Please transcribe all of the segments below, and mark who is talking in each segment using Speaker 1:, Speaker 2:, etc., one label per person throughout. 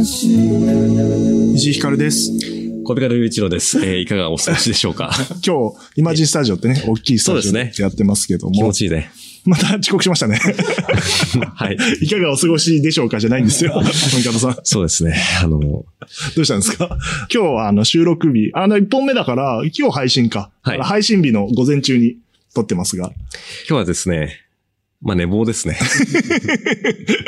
Speaker 1: 石井ひかるです。
Speaker 2: 小手方雄一郎です。えーいかがお過ごしでしょう か
Speaker 1: 今日、イマジンスタジオってね、大きいスタジオ
Speaker 2: そう
Speaker 1: で
Speaker 2: です
Speaker 1: やってますけど
Speaker 2: 気
Speaker 1: も、
Speaker 2: 持ちいいね。
Speaker 1: また遅刻しま したね。
Speaker 2: はい。
Speaker 1: いかがお過ごしでしょうかじゃないんです よ。文方さん、ど
Speaker 2: そうですね。あの、
Speaker 1: うしたんですか今日はあの収録日、あの1本目だから、今日配信か。
Speaker 2: はい
Speaker 1: 配信日の午前中に撮ってますが、
Speaker 2: 今日はですね、まあ寝坊ですね。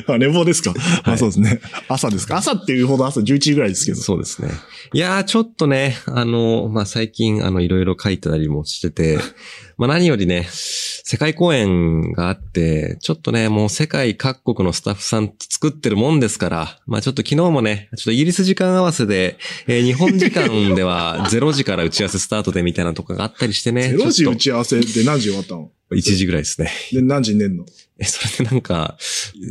Speaker 1: あ寝坊ですか、まあそうですね。朝ですか朝っていうほど朝11時ぐらいですけど。
Speaker 2: そうですね。いやー、ちょっとね、あの、まあ最近、あの、いろいろ書いてたりもしてて、 まあ何よりね、世界公演があって、ちょっとね、もう世界各国のスタッフさん作ってるもんですから、まあちょっと昨日もね、ちょっとイギリス時間合わせで、えー日本時間では0時から打ち合わせスタートでみたいなとかがあったりして ね。
Speaker 1: 0時
Speaker 2: ちょっ
Speaker 1: 打ち合わせで何時終わったの
Speaker 2: と ?1 時ぐらいですね。
Speaker 1: で、何時に寝んの
Speaker 2: え、それでなんか、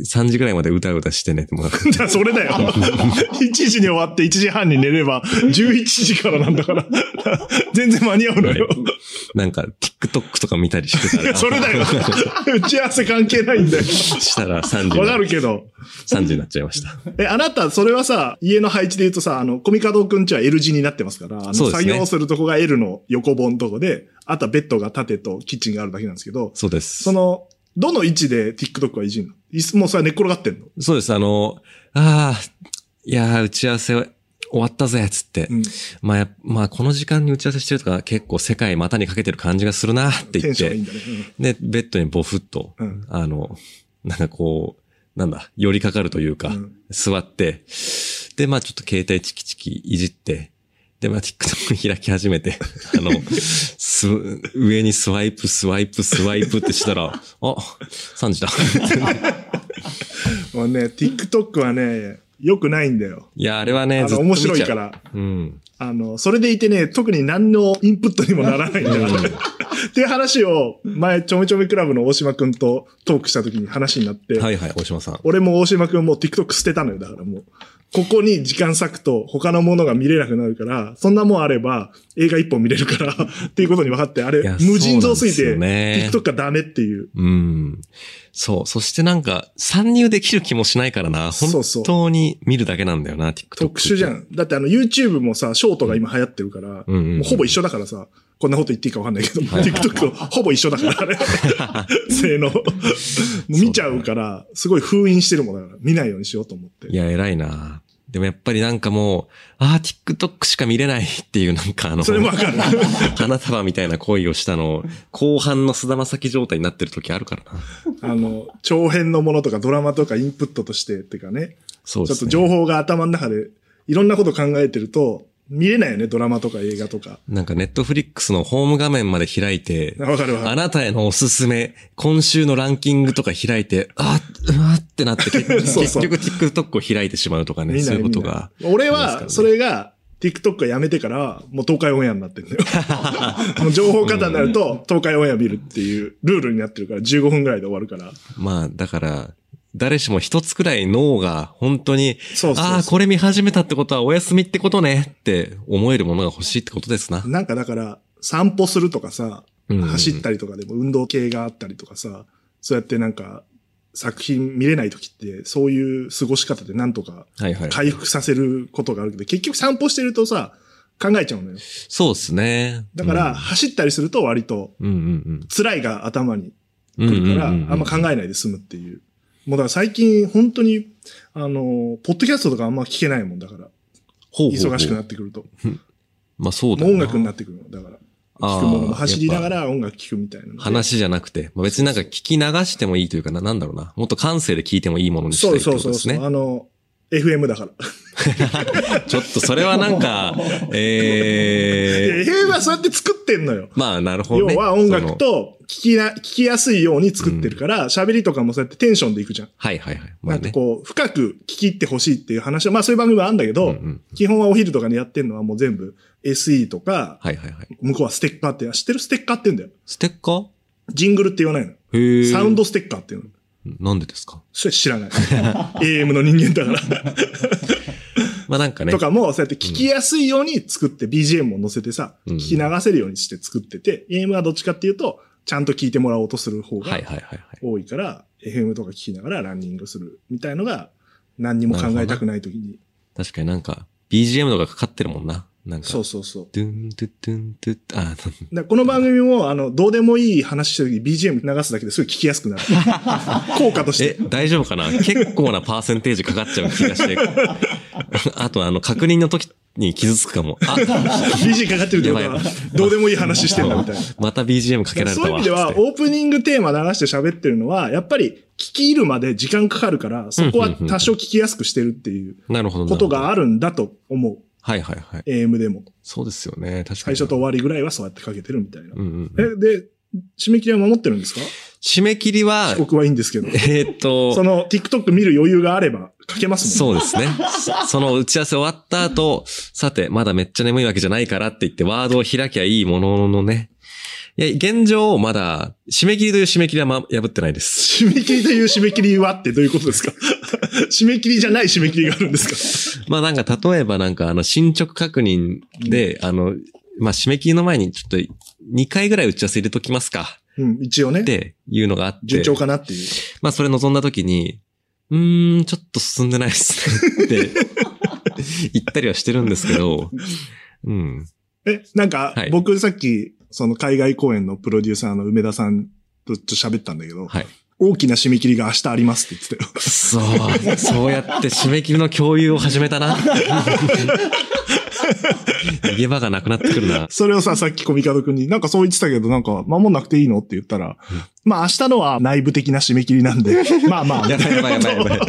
Speaker 2: 3時ぐらいまでうだうだしてね、 もう
Speaker 1: それ だよ。1時に終わって1時半に寝れば、11時からなんだから、 全然間に合うのよ。
Speaker 2: なんか、TikTok とか見たりしてたら、
Speaker 1: それだ よ。打ち合わせ関係ないんだよ。
Speaker 2: したら3時
Speaker 1: わ
Speaker 2: に
Speaker 1: かるけど。
Speaker 2: 3時になっちゃいました。
Speaker 1: え、あなた、それはさ、家の配置で言うとさ、あの、コミカドくんちは L 字になってますから、あの、
Speaker 2: そうです
Speaker 1: 作
Speaker 2: ね
Speaker 1: 業するとこが L の横本のとこで、あとはベッドが縦とキッチンがあるだけなんですけど、
Speaker 2: そうです。
Speaker 1: その、どの位置で TikTok はいじんのいすもうそれは寝っ転がってんの
Speaker 2: そうです。あの、ああ、いやー打ち合わせ終わったぜ、つって。
Speaker 1: うん。
Speaker 2: まあ、やまあ、この時間に打ち合わせしてるとか、結構世界股にかけてる感じがするな、っ
Speaker 1: テ
Speaker 2: て言
Speaker 1: ン
Speaker 2: っ
Speaker 1: ションがいい
Speaker 2: て。
Speaker 1: んだね。
Speaker 2: で、ベッドにボフッと、
Speaker 1: うん。うん
Speaker 2: あの、なんかこう、なんだ、寄りかかるというか、
Speaker 1: うん
Speaker 2: 座って、で、まあちょっと携帯チキチキいじって、で、まあ TikTok 開き始 めて、あの、す、上にスワイプ、スワイプ、スワイプってしたら、あ、3時だ。
Speaker 1: もうね、TikTok はね、良くないんだよ。
Speaker 2: いや、あれは
Speaker 1: あ
Speaker 2: ね、ず
Speaker 1: の、
Speaker 2: っと
Speaker 1: 面
Speaker 2: 見ちゃう
Speaker 1: 白いか。ら。
Speaker 2: うん。
Speaker 1: あの、それでいてね、特に何のインプットにもならないんだよ。っていう話を、前、ちょめちょめクラブの大島くんとトークした時に話になって、
Speaker 2: はいはい、大島さん。
Speaker 1: 俺も大島くんもう TikTok 捨てたのよ。だからもう、ここに時間割くと他のものが見れなくなるから、そんなもんあれば映画一本見れるからっていうことに分かって、あれ
Speaker 2: いや、
Speaker 1: 無尽蔵すぎ
Speaker 2: そう
Speaker 1: て、
Speaker 2: なんですよね
Speaker 1: TikTok がダメっていう。
Speaker 2: うん。そう。そしてなんか、参入できる気もしないからな。
Speaker 1: そ
Speaker 2: 本
Speaker 1: うそう
Speaker 2: 当に見るだけなんだよな、TikTok。
Speaker 1: 特殊じゃ
Speaker 2: ん。
Speaker 1: ん。だってあの YouTube もさ、ショートが今流行ってるから、
Speaker 2: うんうんうん
Speaker 1: もうほぼ一緒だからさ、こんなこと言っていいかわかんないけど、TikTok とほぼ一緒だから、あれ。 性能。もう見ちゃうから、すごい封印してるもんだから、見ないようにしようと思って
Speaker 2: い。や、偉いな。でもやっぱりなんかもう、ああ、TikTok しか見れないっていう、なんかあの、
Speaker 1: それもわかる。
Speaker 2: 花束みたいな恋をしたの、後半の菅田将暉状態になってる時あるから な。
Speaker 1: あの、長編のものとかドラマとかインプットとしてっていうかね、
Speaker 2: そう
Speaker 1: ちょ
Speaker 2: で
Speaker 1: っ
Speaker 2: す
Speaker 1: と
Speaker 2: ね。
Speaker 1: 情報が頭の中で、いろんなこと考えてると、見れないよね、ドラマとか映画とか。
Speaker 2: なんかネットフリックスのホーム画面まで開いて、
Speaker 1: わかるわかる
Speaker 2: あなたへのおすすめ、今週のランキングとか開いて、あーうわーっ てなって、結
Speaker 1: そうそう
Speaker 2: 結局 TikTok を開いてしまうとかね、
Speaker 1: 見
Speaker 2: そ
Speaker 1: な
Speaker 2: う
Speaker 1: い
Speaker 2: いうこと
Speaker 1: 見な
Speaker 2: が。
Speaker 1: い俺
Speaker 2: ありますから
Speaker 1: は、
Speaker 2: ね
Speaker 1: それが、TikTok がやめてから、もう東海オンエアになって んだよ。もう情報過多になると、東海オンエア見るっていうルールになってるから、15分ぐらいで終わるから。
Speaker 2: まあ、だから、誰しも一つくらい脳が本当に、
Speaker 1: そうそうそう
Speaker 2: ああ、これ見始めたってことはお休みってことねって思えるものが欲しいってことですな。
Speaker 1: なんかだから、散歩するとかさ、
Speaker 2: うん
Speaker 1: 走ったりとかでも運動系があったりとかさ、そうやってなんか、作品見れない時って、そういう過ごし方でなんとか
Speaker 2: はいはい。
Speaker 1: 回復させることがあるけど、結局散歩してるとさ、考えちゃうのよ。
Speaker 2: そうですね。
Speaker 1: だから、走ったりすると割と、
Speaker 2: うん、うん
Speaker 1: 辛いが頭に
Speaker 2: うんうん。
Speaker 1: 来るから、あ
Speaker 2: うんうんうんうん
Speaker 1: んま考えないで済むっていう。もうだから最近本当に、あの、ポッドキャストとかあんま聞けないもんだから、
Speaker 2: ほうほうほう
Speaker 1: 忙しくなってくると。
Speaker 2: まあそうだ
Speaker 1: も
Speaker 2: よ
Speaker 1: う
Speaker 2: な
Speaker 1: 音楽になってくるの。だから、
Speaker 2: あー
Speaker 1: 聞くものも走りなが
Speaker 2: やっ
Speaker 1: ら音楽聞くみたいなので。
Speaker 2: ぱ話じゃなくて、まあ、別になんか聞き流してもいいというかな、なんだろうな。もっと感性で聞いてもいいものにしたい
Speaker 1: そ
Speaker 2: っ
Speaker 1: う
Speaker 2: てこ
Speaker 1: そう
Speaker 2: と
Speaker 1: そうそう。
Speaker 2: ですね。
Speaker 1: あの、FM だから。
Speaker 2: ちょっとそれはな んか、
Speaker 1: いや
Speaker 2: ええ
Speaker 1: FM はそうやって作ってんのよ。
Speaker 2: まあなるほ
Speaker 1: 要
Speaker 2: どね。
Speaker 1: は音
Speaker 2: そ
Speaker 1: 楽
Speaker 2: の。
Speaker 1: と聞きな、聞きやすいように作ってるから、喋、りとかもそうやってテンションでいくじゃん。
Speaker 2: はいはいはい。ま
Speaker 1: な
Speaker 2: あ
Speaker 1: んか
Speaker 2: ね。
Speaker 1: こう、深く聞き入ってほしいっていう話は、まあそういう番組もあるんだけど、
Speaker 2: うんうん
Speaker 1: 基本はお昼とかにやってるのはもう全部 SE とか、
Speaker 2: はいはいはい。
Speaker 1: 向こうはステッカーって、知ってるステッカーって言うんだよ。
Speaker 2: ステッカー
Speaker 1: ジングルって言わないの。
Speaker 2: へえ。
Speaker 1: サウンドステッカーっていうの。
Speaker 2: なんでですか
Speaker 1: それ知らない。AM の人間だから。
Speaker 2: まあなんかね
Speaker 1: と。かも、そうやって聞きやすいように作って、BGM を載せてさ、
Speaker 2: うん
Speaker 1: 聞き流せるようにして作ってて、AM はどっちかっていうと、ちゃんと聞いてもらおうとする方
Speaker 2: はいはい
Speaker 1: が
Speaker 2: はいはい。
Speaker 1: 多いから、FM とか聞きながらランニングするみたいのが、何にも考えたくない時に。
Speaker 2: 確かになんか、BGM とかかかってるもんな。なんか。
Speaker 1: そうそうそう。
Speaker 2: ドゥンドゥドゥンドゥッ
Speaker 1: だ
Speaker 2: あ、
Speaker 1: からこの番組も、あの、どうでもいい話してる時 BGM 流すだけですごい聞きやす くなる。効果とし
Speaker 2: え
Speaker 1: て。、
Speaker 2: 大丈夫かな結構なパーセンテージかかっちゃう気がして。 あと、あの、確認の時に傷つくかも。あ、
Speaker 1: BG かかってるってこと
Speaker 2: やば
Speaker 1: はい
Speaker 2: や、
Speaker 1: どうでもいい話してんだみたいな。
Speaker 2: また BGM かけられた
Speaker 1: そうい
Speaker 2: わ。
Speaker 1: う意味では、
Speaker 2: つって
Speaker 1: オープニングテーマ流して喋ってるのは、やっぱり聞き入るまで時間かかるから、そこは多少聞きやすくしてるっていう
Speaker 2: なるほど。な
Speaker 1: こ
Speaker 2: るほど
Speaker 1: とがあるんだと思う。
Speaker 2: はいはいはい。
Speaker 1: AM でも。
Speaker 2: そうですよね。確か
Speaker 1: 最
Speaker 2: に。
Speaker 1: 初と終わりぐらいはそうやってかけてるみたいな
Speaker 2: う。んうんうん。
Speaker 1: え、で、締め切りは守ってるんですか
Speaker 2: 締め切りは、
Speaker 1: 僕はいいんですけど。
Speaker 2: えーっと
Speaker 1: そ、の TikTok 見る余裕があればかけますもん
Speaker 2: そうです ね。そその打ち合わせ終わった後、さて、まだめっちゃ眠いわけじゃないからって言って、ワードを開きゃいいもののね。いや、現状、まだ、締め切りという締め切りは、ま、破ってないです。
Speaker 1: 締め切りという締め切りはってどういうことですか 締め切りじゃない締め切りがあるんです
Speaker 2: まあなんか例えばなんかあの進捗確認で、あの、まあ締め切りの前にちょっと2回ぐらい打ち合わせ入れときますか
Speaker 1: かうん、一応ね
Speaker 2: っ。ていうのがあっ
Speaker 1: 順
Speaker 2: て、
Speaker 1: 調かなっていう。
Speaker 2: まあそれ望んだ時に、うーん、ちょっと進んでないですねって 言ったりはしてるんですけど、うん。
Speaker 1: え、なんか
Speaker 2: はい、
Speaker 1: 僕さっき、その海外公演のプロデューサーの梅田さんとちょっと喋ったんだけど、
Speaker 2: はい。
Speaker 1: 大きな締め切りが明日ありますって言って たよ。
Speaker 2: くそーそうやって締め切りの共有を始め たな。逃げ場がなくなってくるな。
Speaker 1: それをさ、さっきコミカド君に、なんかそう言ってたけど、なんか守んなくていいのって言ったら、まあ明日のは内部的な締め切りなんで、 まあまあ、
Speaker 2: やばいやばいやばいやばい。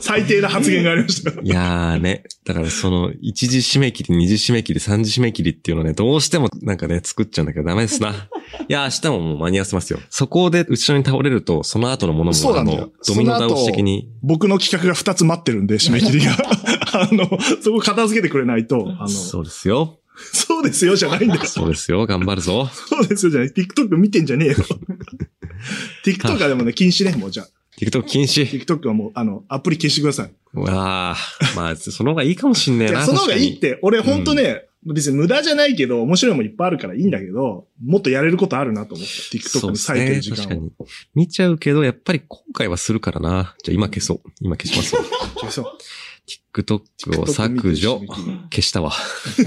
Speaker 1: 最低な発言がありました。
Speaker 2: いやーね。だからその、一時締め切り、二時締め切り、三時締め切りっていうのね、どうしてもなんかね、作っちゃうんだけどダメですな。いやー、明日ももう間に合わせますよ。そこで後ろに倒れると、その後のもの
Speaker 1: そう
Speaker 2: も、
Speaker 1: な
Speaker 2: あ
Speaker 1: んだよ
Speaker 2: の、ドミノ倒し的に。
Speaker 1: 僕の企画が2つ待ってるんで、締め切りが。 あの、そこ片付けてくれないと、あの、そ
Speaker 2: そうですよ。
Speaker 1: うですよじゃないんだよ。
Speaker 2: そうですよ。頑張るぞ。
Speaker 1: そうですよじゃない。TikTok 見てんじゃ ねえよ。TikTok はでもね、禁止ね、もうじゃあ。
Speaker 2: TikTok 禁 止。
Speaker 1: TikTok はもう、あの、アプリ消してください。
Speaker 2: あー、まあ、その方がいいかもしんねえ
Speaker 1: いや
Speaker 2: な。
Speaker 1: その方がいいっ
Speaker 2: 確
Speaker 1: て、俺ほんとね、別に無駄じゃないけど、面白いもんいっぱいあるからいいんだけど、もっとやれることあるなと思った。
Speaker 2: か
Speaker 1: TikTok
Speaker 2: に。
Speaker 1: に
Speaker 2: そ
Speaker 1: 割
Speaker 2: う
Speaker 1: いて
Speaker 2: で
Speaker 1: る
Speaker 2: す
Speaker 1: 時
Speaker 2: ね。確か
Speaker 1: 間を。
Speaker 2: に。見ちゃうけど、やっぱり後悔はするからな。じゃあ今消そう。今消しますわ。
Speaker 1: 消そう
Speaker 2: TikTok を削除。消したわ。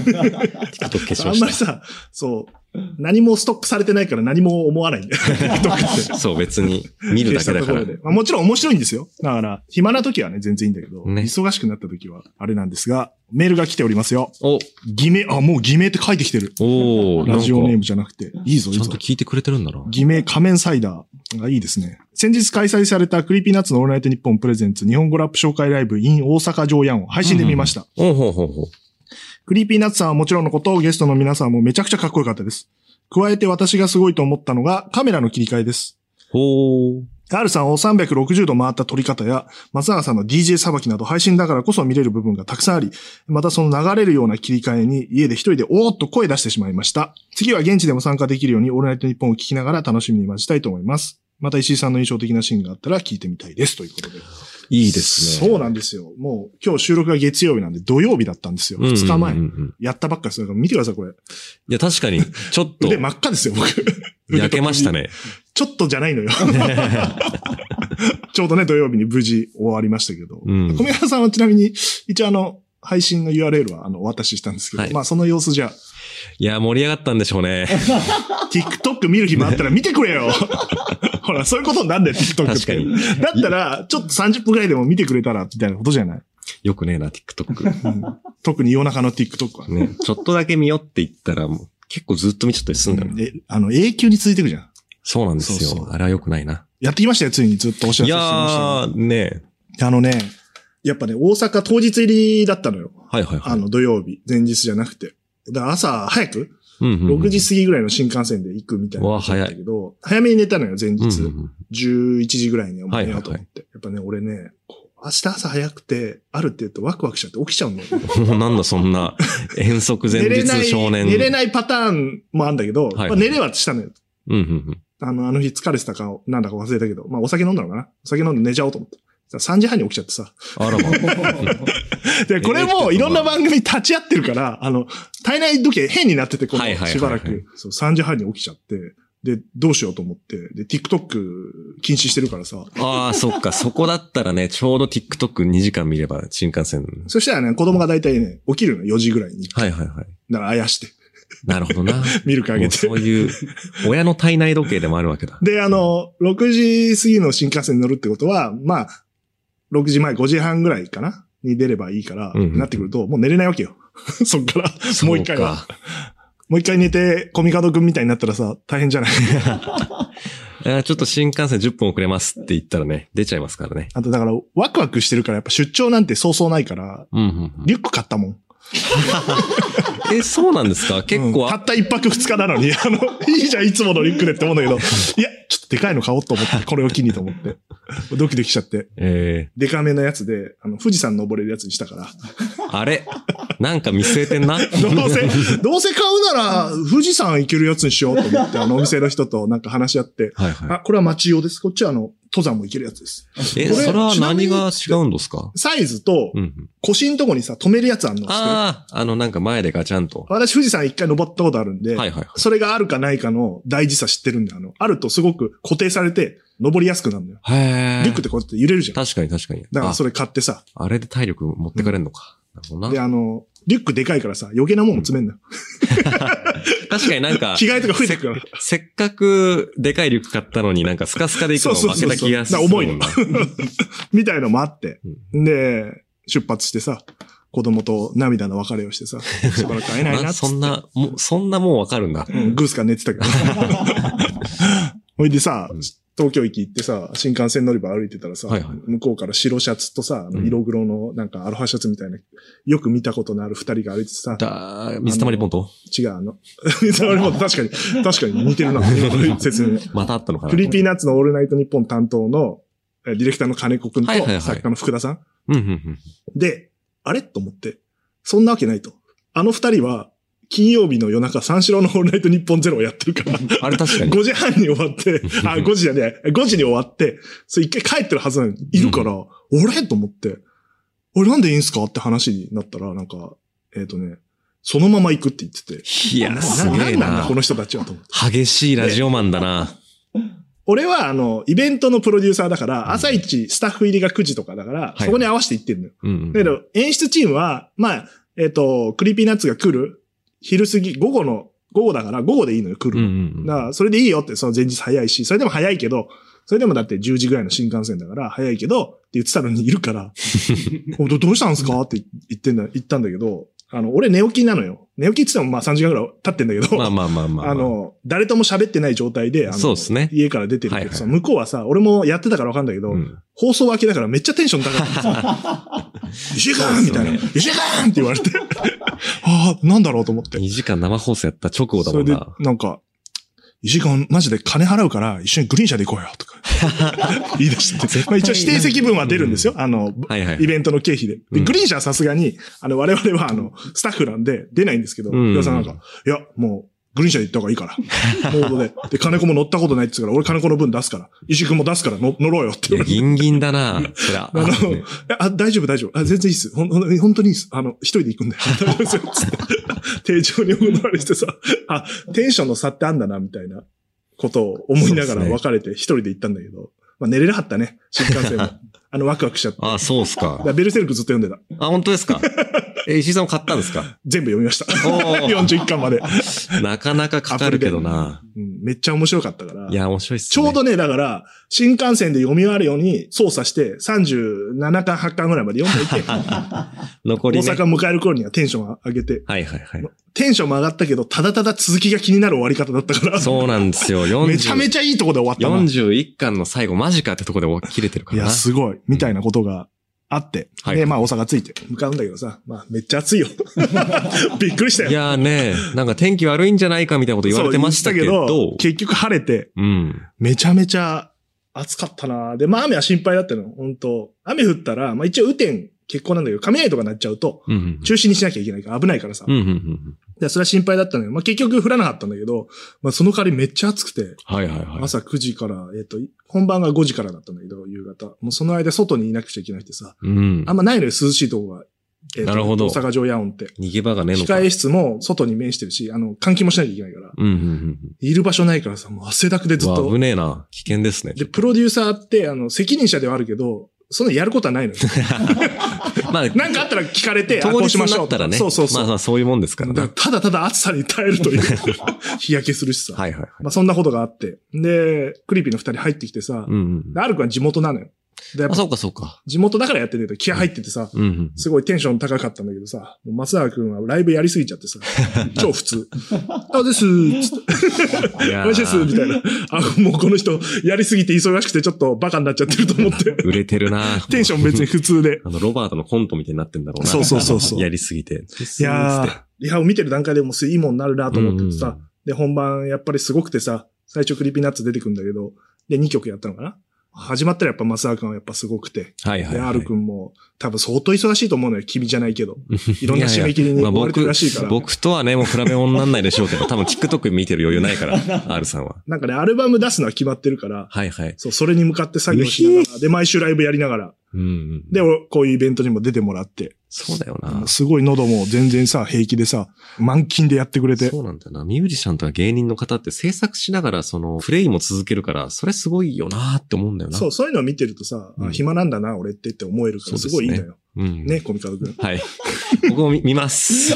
Speaker 2: TikTok 消し
Speaker 1: あ
Speaker 2: ま
Speaker 1: んまり
Speaker 2: し
Speaker 1: さ、そう、何もストックされてないから何も思わないんだよ。TikTok って
Speaker 2: た。。そう、別に 見るだけだから。
Speaker 1: 消したところでまあもちろん面白いんですよ。だから、暇な時はね、全然いいんだけど、
Speaker 2: ね
Speaker 1: 忙しくなった時は、あれなんですが、メールが来ておりますよ。
Speaker 2: お、
Speaker 1: 偽名、あ、もう偽名って書いてきてる。
Speaker 2: おー、な
Speaker 1: ラジオネー
Speaker 2: ん
Speaker 1: ム
Speaker 2: か、
Speaker 1: じゃなくて。いいぞ、いい
Speaker 2: ちゃん
Speaker 1: ぞ
Speaker 2: と。聞いてくれてるんだな。
Speaker 1: 偽名仮面サイダー。あ、いいですね。先日開催されたクリーピーナッツのオールナイトニッポンプレゼンツ日本語ラップ紹介ライブ in 大阪城ヤンを配信で見ました。
Speaker 2: おうほうほうほう。
Speaker 1: クリーピーナッツさんはもちろんのこと、ゲストの皆さんもめちゃくちゃかっこよかったです。加えて私がすごいと思ったのがカメラの切り替えです。
Speaker 2: ほー。
Speaker 1: R さんを360度回った撮り方や、松永さんの DJ さばきなど配信だからこそ見れる部分がたくさんあり、またその流れるような切り替えに家で一人でおーっと声出してしまいました。次は現地でも参加できるようにオールナイトニッポンを聞きながら楽しみに待ちたいと思います。また石井さんの印象的なシーンがあったら聞いてみたいです。ということで。
Speaker 2: いいですね。
Speaker 1: そうなんですよ。もう今日収録が月曜日なんで土曜日だったんですよ。2日前。
Speaker 2: うんうんうんうん
Speaker 1: やったばっかです。だから見てください、これ。
Speaker 2: いや、確かに、ちょっと
Speaker 1: 腕、真っ赤ですよ、僕。
Speaker 2: 焼けましたね。
Speaker 1: ちょっとじゃないのよ。ちょうどね、土曜日に無事終わりましたけど。
Speaker 2: うん
Speaker 1: 小宮原さんはちなみに、一応あの、配信の URL はあの、お渡ししたんですけど、
Speaker 2: はい
Speaker 1: まあその様子じゃ、
Speaker 2: いや、盛り上がったんでしょうね。
Speaker 1: TikTok 見る暇あったら見てくれ よほら、そういうことになんだよ、TikTok って。
Speaker 2: 確かに
Speaker 1: だったら、ちょっと30分くらいでも見てくれたら、みたいなことじゃない、
Speaker 2: よくねえな、TikTok。
Speaker 1: うん特に夜中の TikTok は。
Speaker 2: ね、ちょっとだけ見よって言ったら、もう結構ずっと見ちゃったりすんだよね。
Speaker 1: え、あの、永久に続いていくじゃん。
Speaker 2: そうなんです
Speaker 1: そうそう
Speaker 2: よ。あれは良くないな。
Speaker 1: やってきましたよ、ついにずっとお知らせし
Speaker 2: い
Speaker 1: て
Speaker 2: や
Speaker 1: ました
Speaker 2: ー、ね
Speaker 1: けど。あのね、やっぱね、大阪当日入りだったのよ。
Speaker 2: はいはいは
Speaker 1: あ
Speaker 2: い。
Speaker 1: の、土曜日、前日じゃなくて。だから朝早く、
Speaker 2: うんうんうん
Speaker 1: 6時過ぎぐらいの新幹線で行くみたいな
Speaker 2: うわ
Speaker 1: ことだったけど、早めに寝たのよ、前
Speaker 2: うん
Speaker 1: 日。
Speaker 2: うんうん
Speaker 1: 11時ぐらいにもう
Speaker 2: はい
Speaker 1: 寝よう
Speaker 2: はいはい
Speaker 1: と思って。やっぱね、俺ね、こう明日朝早くて、あるって言うとワクワクしちゃって起きちゃうの。
Speaker 2: もうなんだそんな、 遠足前
Speaker 1: 寝れな
Speaker 2: 日
Speaker 1: い、
Speaker 2: 少年。
Speaker 1: 寝れないパターンもあるんだけど、
Speaker 2: いはい
Speaker 1: まあ、寝れはしたのよ。
Speaker 2: うんうんうん。
Speaker 1: あの、あの日疲れてたか、なんだか忘れたけど、まあお酒飲んだのかなお酒飲んで寝ちゃおうと思って。 3時半に起きちゃってさ。
Speaker 2: あらま。
Speaker 1: で、これもいろんな番組立ち会ってるから、 あの、体内時計変になってて、こ
Speaker 2: はいはい
Speaker 1: の
Speaker 2: はいはい
Speaker 1: しばらく。そう、3時半に起きちゃって。で、どうしようと思って。で、TikTok 禁止してるからさ。
Speaker 2: ああ、そっか。そこだったらね、ちょうど TikTok2 時間見れば新幹線。
Speaker 1: そしたらね、子供が大体ね、起きるの4時ぐらいに。
Speaker 2: はいはいはい。
Speaker 1: だからあやして、
Speaker 2: なるほどな。
Speaker 1: ミルクあ
Speaker 2: も
Speaker 1: げ
Speaker 2: う
Speaker 1: て
Speaker 2: そ。ういう、親の体内時計でもあるわけだ。
Speaker 1: で、あの、6時過ぎの新幹線に乗るってことは、まあ、6時前、5時半ぐらいかなに出ればいいから、
Speaker 2: うんうん
Speaker 1: なってくると、もう寝れないわけよ。 そっから、もう一回は。
Speaker 2: そうか
Speaker 1: もう一回寝て、コミカド君みたいになったらさ、大変じゃない
Speaker 2: えーちょっと新幹線10分遅れますって言ったらね、出ちゃいますからね。
Speaker 1: あとだから、ワクワクしてるから、やっぱ出張なんてそうそうないから、
Speaker 2: うんうんうん、
Speaker 1: リュック買ったもん。
Speaker 2: え、そうなんですか結
Speaker 1: うん
Speaker 2: 構
Speaker 1: た
Speaker 2: あ、
Speaker 1: った一泊二日な のに、あの、いいじゃん、いつものリュックでって思うんだけど、いや、ちょっとでかいの買おうと思って、これを機にと思って。ドキドキしちゃって。
Speaker 2: え
Speaker 1: でかめのやつで、あの、富士山登れるやつにした から。
Speaker 2: ーあれなんか見据えてんな
Speaker 1: どうせ、どうせ買うなら、富士山行けるやつにしようと思って、あの、お店の人となんか話し合って、
Speaker 2: はいは
Speaker 1: あ、これは町用です。こっちはあの、登山も行けるやつです。
Speaker 2: い。え、
Speaker 1: これ
Speaker 2: それは
Speaker 1: ちなみに
Speaker 2: 何が違うんですか
Speaker 1: サイズと
Speaker 2: う、んうん。
Speaker 1: 腰のとこにさ、止めるやつあんの知ってる
Speaker 2: ああ、あのなんか前でガチャンと。は
Speaker 1: 私、富士山一回登ったことあるんで、
Speaker 2: いはいはい。
Speaker 1: それがあるかないかの大事さ知ってるんで、あの、あるとすごく固定されて、登りやすくなるのよ。
Speaker 2: へえ。
Speaker 1: リュックってこうやって揺れるじゃん。
Speaker 2: 確かに確かに。
Speaker 1: だから
Speaker 2: あ
Speaker 1: それ買ってさ、
Speaker 2: あれで体力持ってかれんのか。なるほど
Speaker 1: で、
Speaker 2: な。
Speaker 1: あの、リュックでかいからさ、余計なもんも詰めんのよ。
Speaker 2: 確かになんか、
Speaker 1: 着替えとか増えてくから。
Speaker 2: せっかくでかいリュック買ったのになんかスカスカで行くの
Speaker 1: そうそう
Speaker 2: 負
Speaker 1: そう
Speaker 2: けた気がする。
Speaker 1: だから重いの みたいのもあって。
Speaker 2: う
Speaker 1: で、出発してさ、子供と涙の別れをしてさ、しばらく会えないな
Speaker 2: あ
Speaker 1: っつって。
Speaker 2: そんな、もう、そんなもんわかるんだ。
Speaker 1: うん、グースか寝てた けど。ほいでさ
Speaker 2: うん、
Speaker 1: 東京駅行ってさ、新幹線乗り場歩いてたらさ、
Speaker 2: はいはい
Speaker 1: 向こうから白シャツとさ、あの
Speaker 2: うん
Speaker 1: 色黒のなんかアロハシャツみたいな、よく見たことのある二人が歩いててさ、
Speaker 2: だ水溜りボンド
Speaker 1: 違うあの。 それも確かに、確かに似て るな、今の説明。
Speaker 2: またあったのかな
Speaker 1: クリーピーナッツのオールナイトニッポン担当の、えディレクターの金子くんと
Speaker 2: はいはいはい
Speaker 1: 作家の福田さん。
Speaker 2: うんうんうん。
Speaker 1: で、あれと思って、そんなわけないと。あの二人は、金曜日の夜中、三四郎のオールナイトニッポンゼロをやってるから、
Speaker 2: あれ確かに。
Speaker 1: 5時半に終わ って、あ、5時じゃねえ、5時に終わって、それ一回帰ってるはずなのに、いるから、俺と思って、俺なんでいいんすかって話になったら、なんか、えっ、とね、そのまま行くって言ってて、
Speaker 2: いや、
Speaker 1: な
Speaker 2: すげえ
Speaker 1: んなんだ
Speaker 2: な
Speaker 1: こ。の人たちはと思って。
Speaker 2: 激しいラジオマンだな。
Speaker 1: 俺は、あの、イベントのプロデューサーだか
Speaker 2: うん
Speaker 1: ら、朝一スタッフ入りが9時とかだから、
Speaker 2: い
Speaker 1: そこに合わせて行ってんのよ。
Speaker 2: うんうん。
Speaker 1: だけど、演出チームは、まあ、えっ、と、クリーピーナッツが来る、昼過ぎ、午後の、午後だから、午後でいいのよ、来
Speaker 2: うんう
Speaker 1: る。
Speaker 2: んうん。
Speaker 1: だから、それでいいよって、その前日早いし、それでも早いけど、それでもだって10時ぐらいの新幹線だから、早いけど、って言ってたのにいる から、おどどうしたんですかって言ってんだ、言ったんだけど、あの、俺寝起きなのよ。寝起きって言ってもまあ3時間ぐらい経ってんだけど、
Speaker 2: まあまあまあまあま。
Speaker 1: あの、誰とも喋ってない状態で、あの
Speaker 2: そうっすね
Speaker 1: 家から出てるけど
Speaker 2: はい
Speaker 1: さ、
Speaker 2: はい
Speaker 1: 向こうはさ、俺もやってたからわかんだけど、
Speaker 2: うん、
Speaker 1: 放送明けだからめっちゃテンション高くてさ、 石井君みたいな、石井君って言われて、 ああ、なんだろうと思って。
Speaker 2: 2時間生放送やった直後だ
Speaker 1: そ
Speaker 2: も
Speaker 1: れ
Speaker 2: ん
Speaker 1: で
Speaker 2: な。、
Speaker 1: なんか、石井君、マジで金払うから、一緒にグリーン車で行こうよ、と か。言い出して。まあ一応指定席分は出るんですよ。あの、
Speaker 2: はいはい
Speaker 1: イ。ベントの経費で。
Speaker 2: う
Speaker 1: で
Speaker 2: ん
Speaker 1: グリーン車はさすがに、あの、我々は、あの、スタッフなんで出ないんですけど、
Speaker 2: うん
Speaker 1: 皆さんなんか、いや、もう、グリーン車で行った方がいいから。モードで。で、金子も乗ったことないって言うから、俺金子の分出すから、石井君も出すからの乗ろうよって
Speaker 2: い
Speaker 1: 言わ
Speaker 2: や、
Speaker 1: れて。
Speaker 2: ギンギンだな。そりゃ。
Speaker 1: あの、いやあ、大丈夫、大丈夫。あ、全然いいっす。ほん、ほん本当にいいっす。あの、一人で行くんで。 大丈夫ですよ。つって。丁重にお断りしてさ、あ、テンションの差ってあんだな、みたいなことを思いなが
Speaker 2: そうっ
Speaker 1: ら
Speaker 2: すね
Speaker 1: 別れて一人で行ったんだけど。まあ、寝れなかったね。新幹 線も。あの、ワクワクしちゃって。だか
Speaker 2: あ、そうっす か。
Speaker 1: らベルセルクずっと読んでた。
Speaker 2: あ、本当ですか。え、石井さんも買ったんで すか
Speaker 1: 全部読みました。
Speaker 2: おー
Speaker 1: 41巻まで、
Speaker 2: なかなかかかるけどな。
Speaker 1: うん。めっちゃ面白かったから。
Speaker 2: いや、面白いっすね。
Speaker 1: ちょうどね、だから、新幹線で読み終わるように操作して、37巻、8巻ぐらいまで読んでい て、
Speaker 2: 残りね。
Speaker 1: 大阪迎える頃にはテンション上げて、
Speaker 2: はいはいはい。
Speaker 1: テンションも上がったけど、ただただ続きが気になる終わり方だったから、
Speaker 2: そうなんですよ。40
Speaker 1: めちゃめちゃいいとこで終わったな。
Speaker 2: 41巻の最後マジかってとこで終わ切れてるか
Speaker 1: い
Speaker 2: ら
Speaker 1: や、
Speaker 2: な。
Speaker 1: すごい。みたいなことがあって、
Speaker 2: はい
Speaker 1: で、まあ大阪着いて向かうんだけどさ、まあめっちゃ暑いよ。 びっくりしたよ。
Speaker 2: いやーね、なんか天気悪いんじゃないかみたいなこと言われてましたけ
Speaker 1: そう言っ
Speaker 2: ど
Speaker 1: た、結局晴れて、
Speaker 2: うん。
Speaker 1: めちゃめちゃ暑かったなで、まあ雨は心配だったの、本当雨降ったら、まあ一応雨天結構なんだけど、雷とかなっちゃうと、
Speaker 2: うんうん。
Speaker 1: 中止にしなきゃいけないから危ないからさ、
Speaker 2: うんうんうん
Speaker 1: で、それは心配だったのよ。まあ、結局降らなかったんだけど、まあ、その代わりめっちゃ暑くて、
Speaker 2: はいはいはい。
Speaker 1: 朝9時から、えっ、と、本番が5時からだったんだけど、夕方。もうその間外にいなくちゃいけなくてさ、
Speaker 2: うん。
Speaker 1: あんまないのよ、涼しいとこが。えっと
Speaker 2: なるほど
Speaker 1: 大阪城野音って。
Speaker 2: 逃げ場がねえのか。
Speaker 1: 控え室も外に面してるし、あの、換気もしなきゃいけないから。
Speaker 2: うんうんうん。
Speaker 1: いる場所ないからさ、もう汗だくでずっ
Speaker 2: うわ
Speaker 1: と
Speaker 2: 危。ねえな。危険ですね。
Speaker 1: で、プロデューサーって、あの、責任者ではあるけど、そんなやることは ないのよ。
Speaker 2: まあ、
Speaker 1: なんかあったら聞かれて、あ
Speaker 2: 当
Speaker 1: こう
Speaker 2: 日
Speaker 1: しま
Speaker 2: に
Speaker 1: し
Speaker 2: な
Speaker 1: ょう
Speaker 2: ったらね。
Speaker 1: そうそうそう。
Speaker 2: まあまあそういうもんですからね。
Speaker 1: だ
Speaker 2: は
Speaker 1: からただただ暑さに耐える という日焼けするしさ。
Speaker 2: いはいはい。
Speaker 1: まあそんなことがあって。で、クリーピーの二人入ってきてさ、
Speaker 2: うんうん。
Speaker 1: でアルくんは地元なのよ。で、やっ
Speaker 2: あ、
Speaker 1: ぱ
Speaker 2: そうかそうか。
Speaker 1: 地元だからやってて、気合入っててさ、
Speaker 2: うんうん。
Speaker 1: すごいテンション高かったんだけどさ、もう松永くんはライブやりすぎちゃ ってさ、超普通。あ、ですー、つって、
Speaker 2: いやー
Speaker 1: おいしいです、みたいな。あ、もうこの人、やりすぎて忙しくてちょっとバカになっちゃってると思 って。
Speaker 2: 売れてるな
Speaker 1: テンション別に普通で。
Speaker 2: あの、ロバートのコントみたいになってんだろうな。
Speaker 1: そうそうそうそう
Speaker 2: やりすぎて。
Speaker 1: いやー、リハを見てる段階でもういいもんになるなと思っててさ、
Speaker 2: うんうん
Speaker 1: で、本番やっぱりすごくてさ、最初クリーピーナッツ出てくんだけど、で、2曲やったのかな始まったらやっぱ松沢君はやっぱすごくて、
Speaker 2: はいはい、
Speaker 1: で、
Speaker 2: はい。
Speaker 1: R 君も多分相当忙しいと思うのよ、君じゃないけ ど。いろんな締め切り
Speaker 2: い
Speaker 1: に
Speaker 2: やいや
Speaker 1: 追われてるらしいから。
Speaker 2: 僕とはね、もう比べ物にならないでしょうけど、多分 TikTok 見てる余裕な いから、R さんは。
Speaker 1: なんかね、アルバム出すのは決まってるから、
Speaker 2: はいはい。
Speaker 1: そう、それに向かって作業しながら、で、毎週ライブやりながら、
Speaker 2: うんうん。
Speaker 1: で、おこういうイベントにも出てもらって、
Speaker 2: そうだよな。
Speaker 1: すごい喉も全然さ、平気でさ、満勤でやってくれて、
Speaker 2: そうなんだよな。ミュージシャンとか芸人の方って制作しながら、その、プレイも続けるから、それすごいよなって思うんだよな。
Speaker 1: そう、そういうのを見てるとさ、あ
Speaker 2: うん
Speaker 1: 暇なんだな、俺ってって思えるから、す
Speaker 2: そうですね
Speaker 1: ごいいいのよ。
Speaker 2: うん。
Speaker 1: ね、。コミカル君。
Speaker 2: はい。 僕も見 見ます。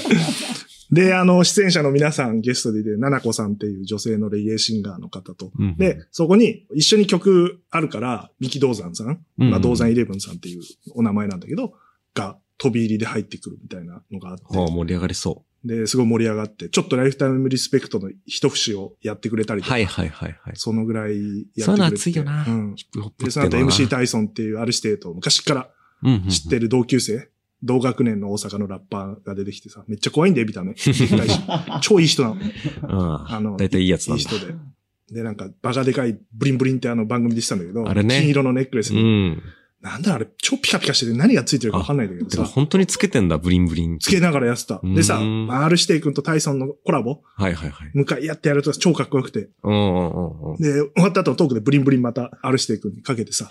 Speaker 1: で、あの、出演者の皆さんゲストでいて、ななこさんっていう女性のレゲエシンガーの方と、
Speaker 2: うんうん
Speaker 1: で、、そこに一緒に曲あるから、三木道山さん、
Speaker 2: うんうん
Speaker 1: まあ、道山イレブンさんっていうお名前なんだけど、が飛び入りで入ってくるみたいなのがあって、
Speaker 2: ほう盛り上がりそ
Speaker 1: で、すごい盛り上がって、ちょっとライフタイムリスペクトの一節をやってくれた
Speaker 2: う。
Speaker 1: りとか、
Speaker 2: はいはいはいはい。
Speaker 1: そのぐらいやってくれて。
Speaker 2: そういうの熱いよな。
Speaker 1: うん。
Speaker 2: ヒップホップ
Speaker 1: で、
Speaker 2: って
Speaker 1: そ
Speaker 2: の
Speaker 1: の
Speaker 2: は
Speaker 1: 後
Speaker 2: な
Speaker 1: MC タイソンっていうある程度昔から
Speaker 2: うんうんうん
Speaker 1: 知ってる同級生、同学年の大阪のラッパーが出てきてさ、めっちゃ怖いんだよ、ビ タね。でっかいし超いい人なの。
Speaker 2: うん。
Speaker 1: あの、
Speaker 2: 大体いいやつ
Speaker 1: い
Speaker 2: ないんだ
Speaker 1: 人。で。で、なんか、バカでかい、ブリンブリンってあの番組でしたんだけど、
Speaker 2: あれね
Speaker 1: 金色のネックレス
Speaker 2: う
Speaker 1: に、
Speaker 2: ん。
Speaker 1: なんだあれ、超ピカピカしてて何がついてるかわかんないんだけど
Speaker 2: てか
Speaker 1: さ、
Speaker 2: 本当につけてんだ、ブリンブリン。
Speaker 1: つけながらやってた。でさ、
Speaker 2: うん
Speaker 1: まあ R して君とタイソンのコラボ、
Speaker 2: はいはいはい。
Speaker 1: 向かい合ってやると超かっこよくて、
Speaker 2: うんうんうんうん。
Speaker 1: で、終わった後のトークでブリンブリンまた R して君にかけてさ、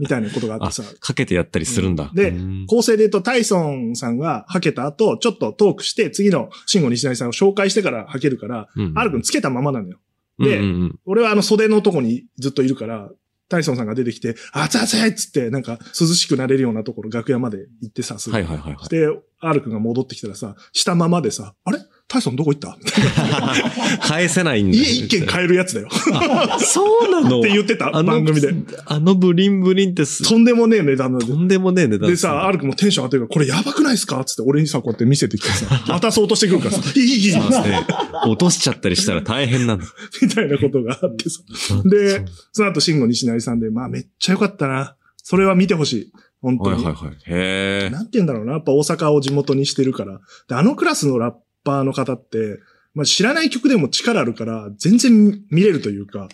Speaker 1: みたいなことがあってさ、
Speaker 2: かけてやったりするんだ。
Speaker 1: で
Speaker 2: うん
Speaker 1: 構成で言うと、タイソンさんが吐けた後、ちょっとトークして、次の慎吾西成さんを紹介してから吐けるから、
Speaker 2: うん
Speaker 1: あるくんつけたままなのよ。で
Speaker 2: うんうんうん
Speaker 1: 俺はあの袖のとこにずっといるから、タイソンさんが出てきて、熱々っつって、なんか涼しくなれるようなところ、楽屋まで行ってさ、すぐ。
Speaker 2: はいはいはいはい。
Speaker 1: で、アル君が戻ってきたらさ、したままでさ、あれタイソンどこ行ったみたいな
Speaker 2: 返せないんだ。
Speaker 1: 家一軒変えるやつだよ。っ
Speaker 2: そうなの
Speaker 1: て言ってた、 番組で。。
Speaker 2: あのブリンブリンってす、
Speaker 1: とんでもねえ値段なんで
Speaker 2: と。んでもねえ値段
Speaker 1: でさ、アル君もテンション上がってるから、これやばくないですかつって俺にさ、こうやって見せてきてさ、渡そうとしてくるからさ、いいいいいい
Speaker 2: そうですね落としちゃったりしたら大変なんだ。
Speaker 1: みたいなことがあってさ。 で、その後、慎吾西成さんで、まあめっちゃよかったな。それは見てほしい。本
Speaker 2: は
Speaker 1: 当
Speaker 2: い
Speaker 1: に
Speaker 2: はい。はい。へえ。
Speaker 1: なんて言うんだろうな。やっぱ大阪を地元にしてるから。で、あのクラスのラッパーの方って、まあ知らない曲でも力あるから、全然見れるというか、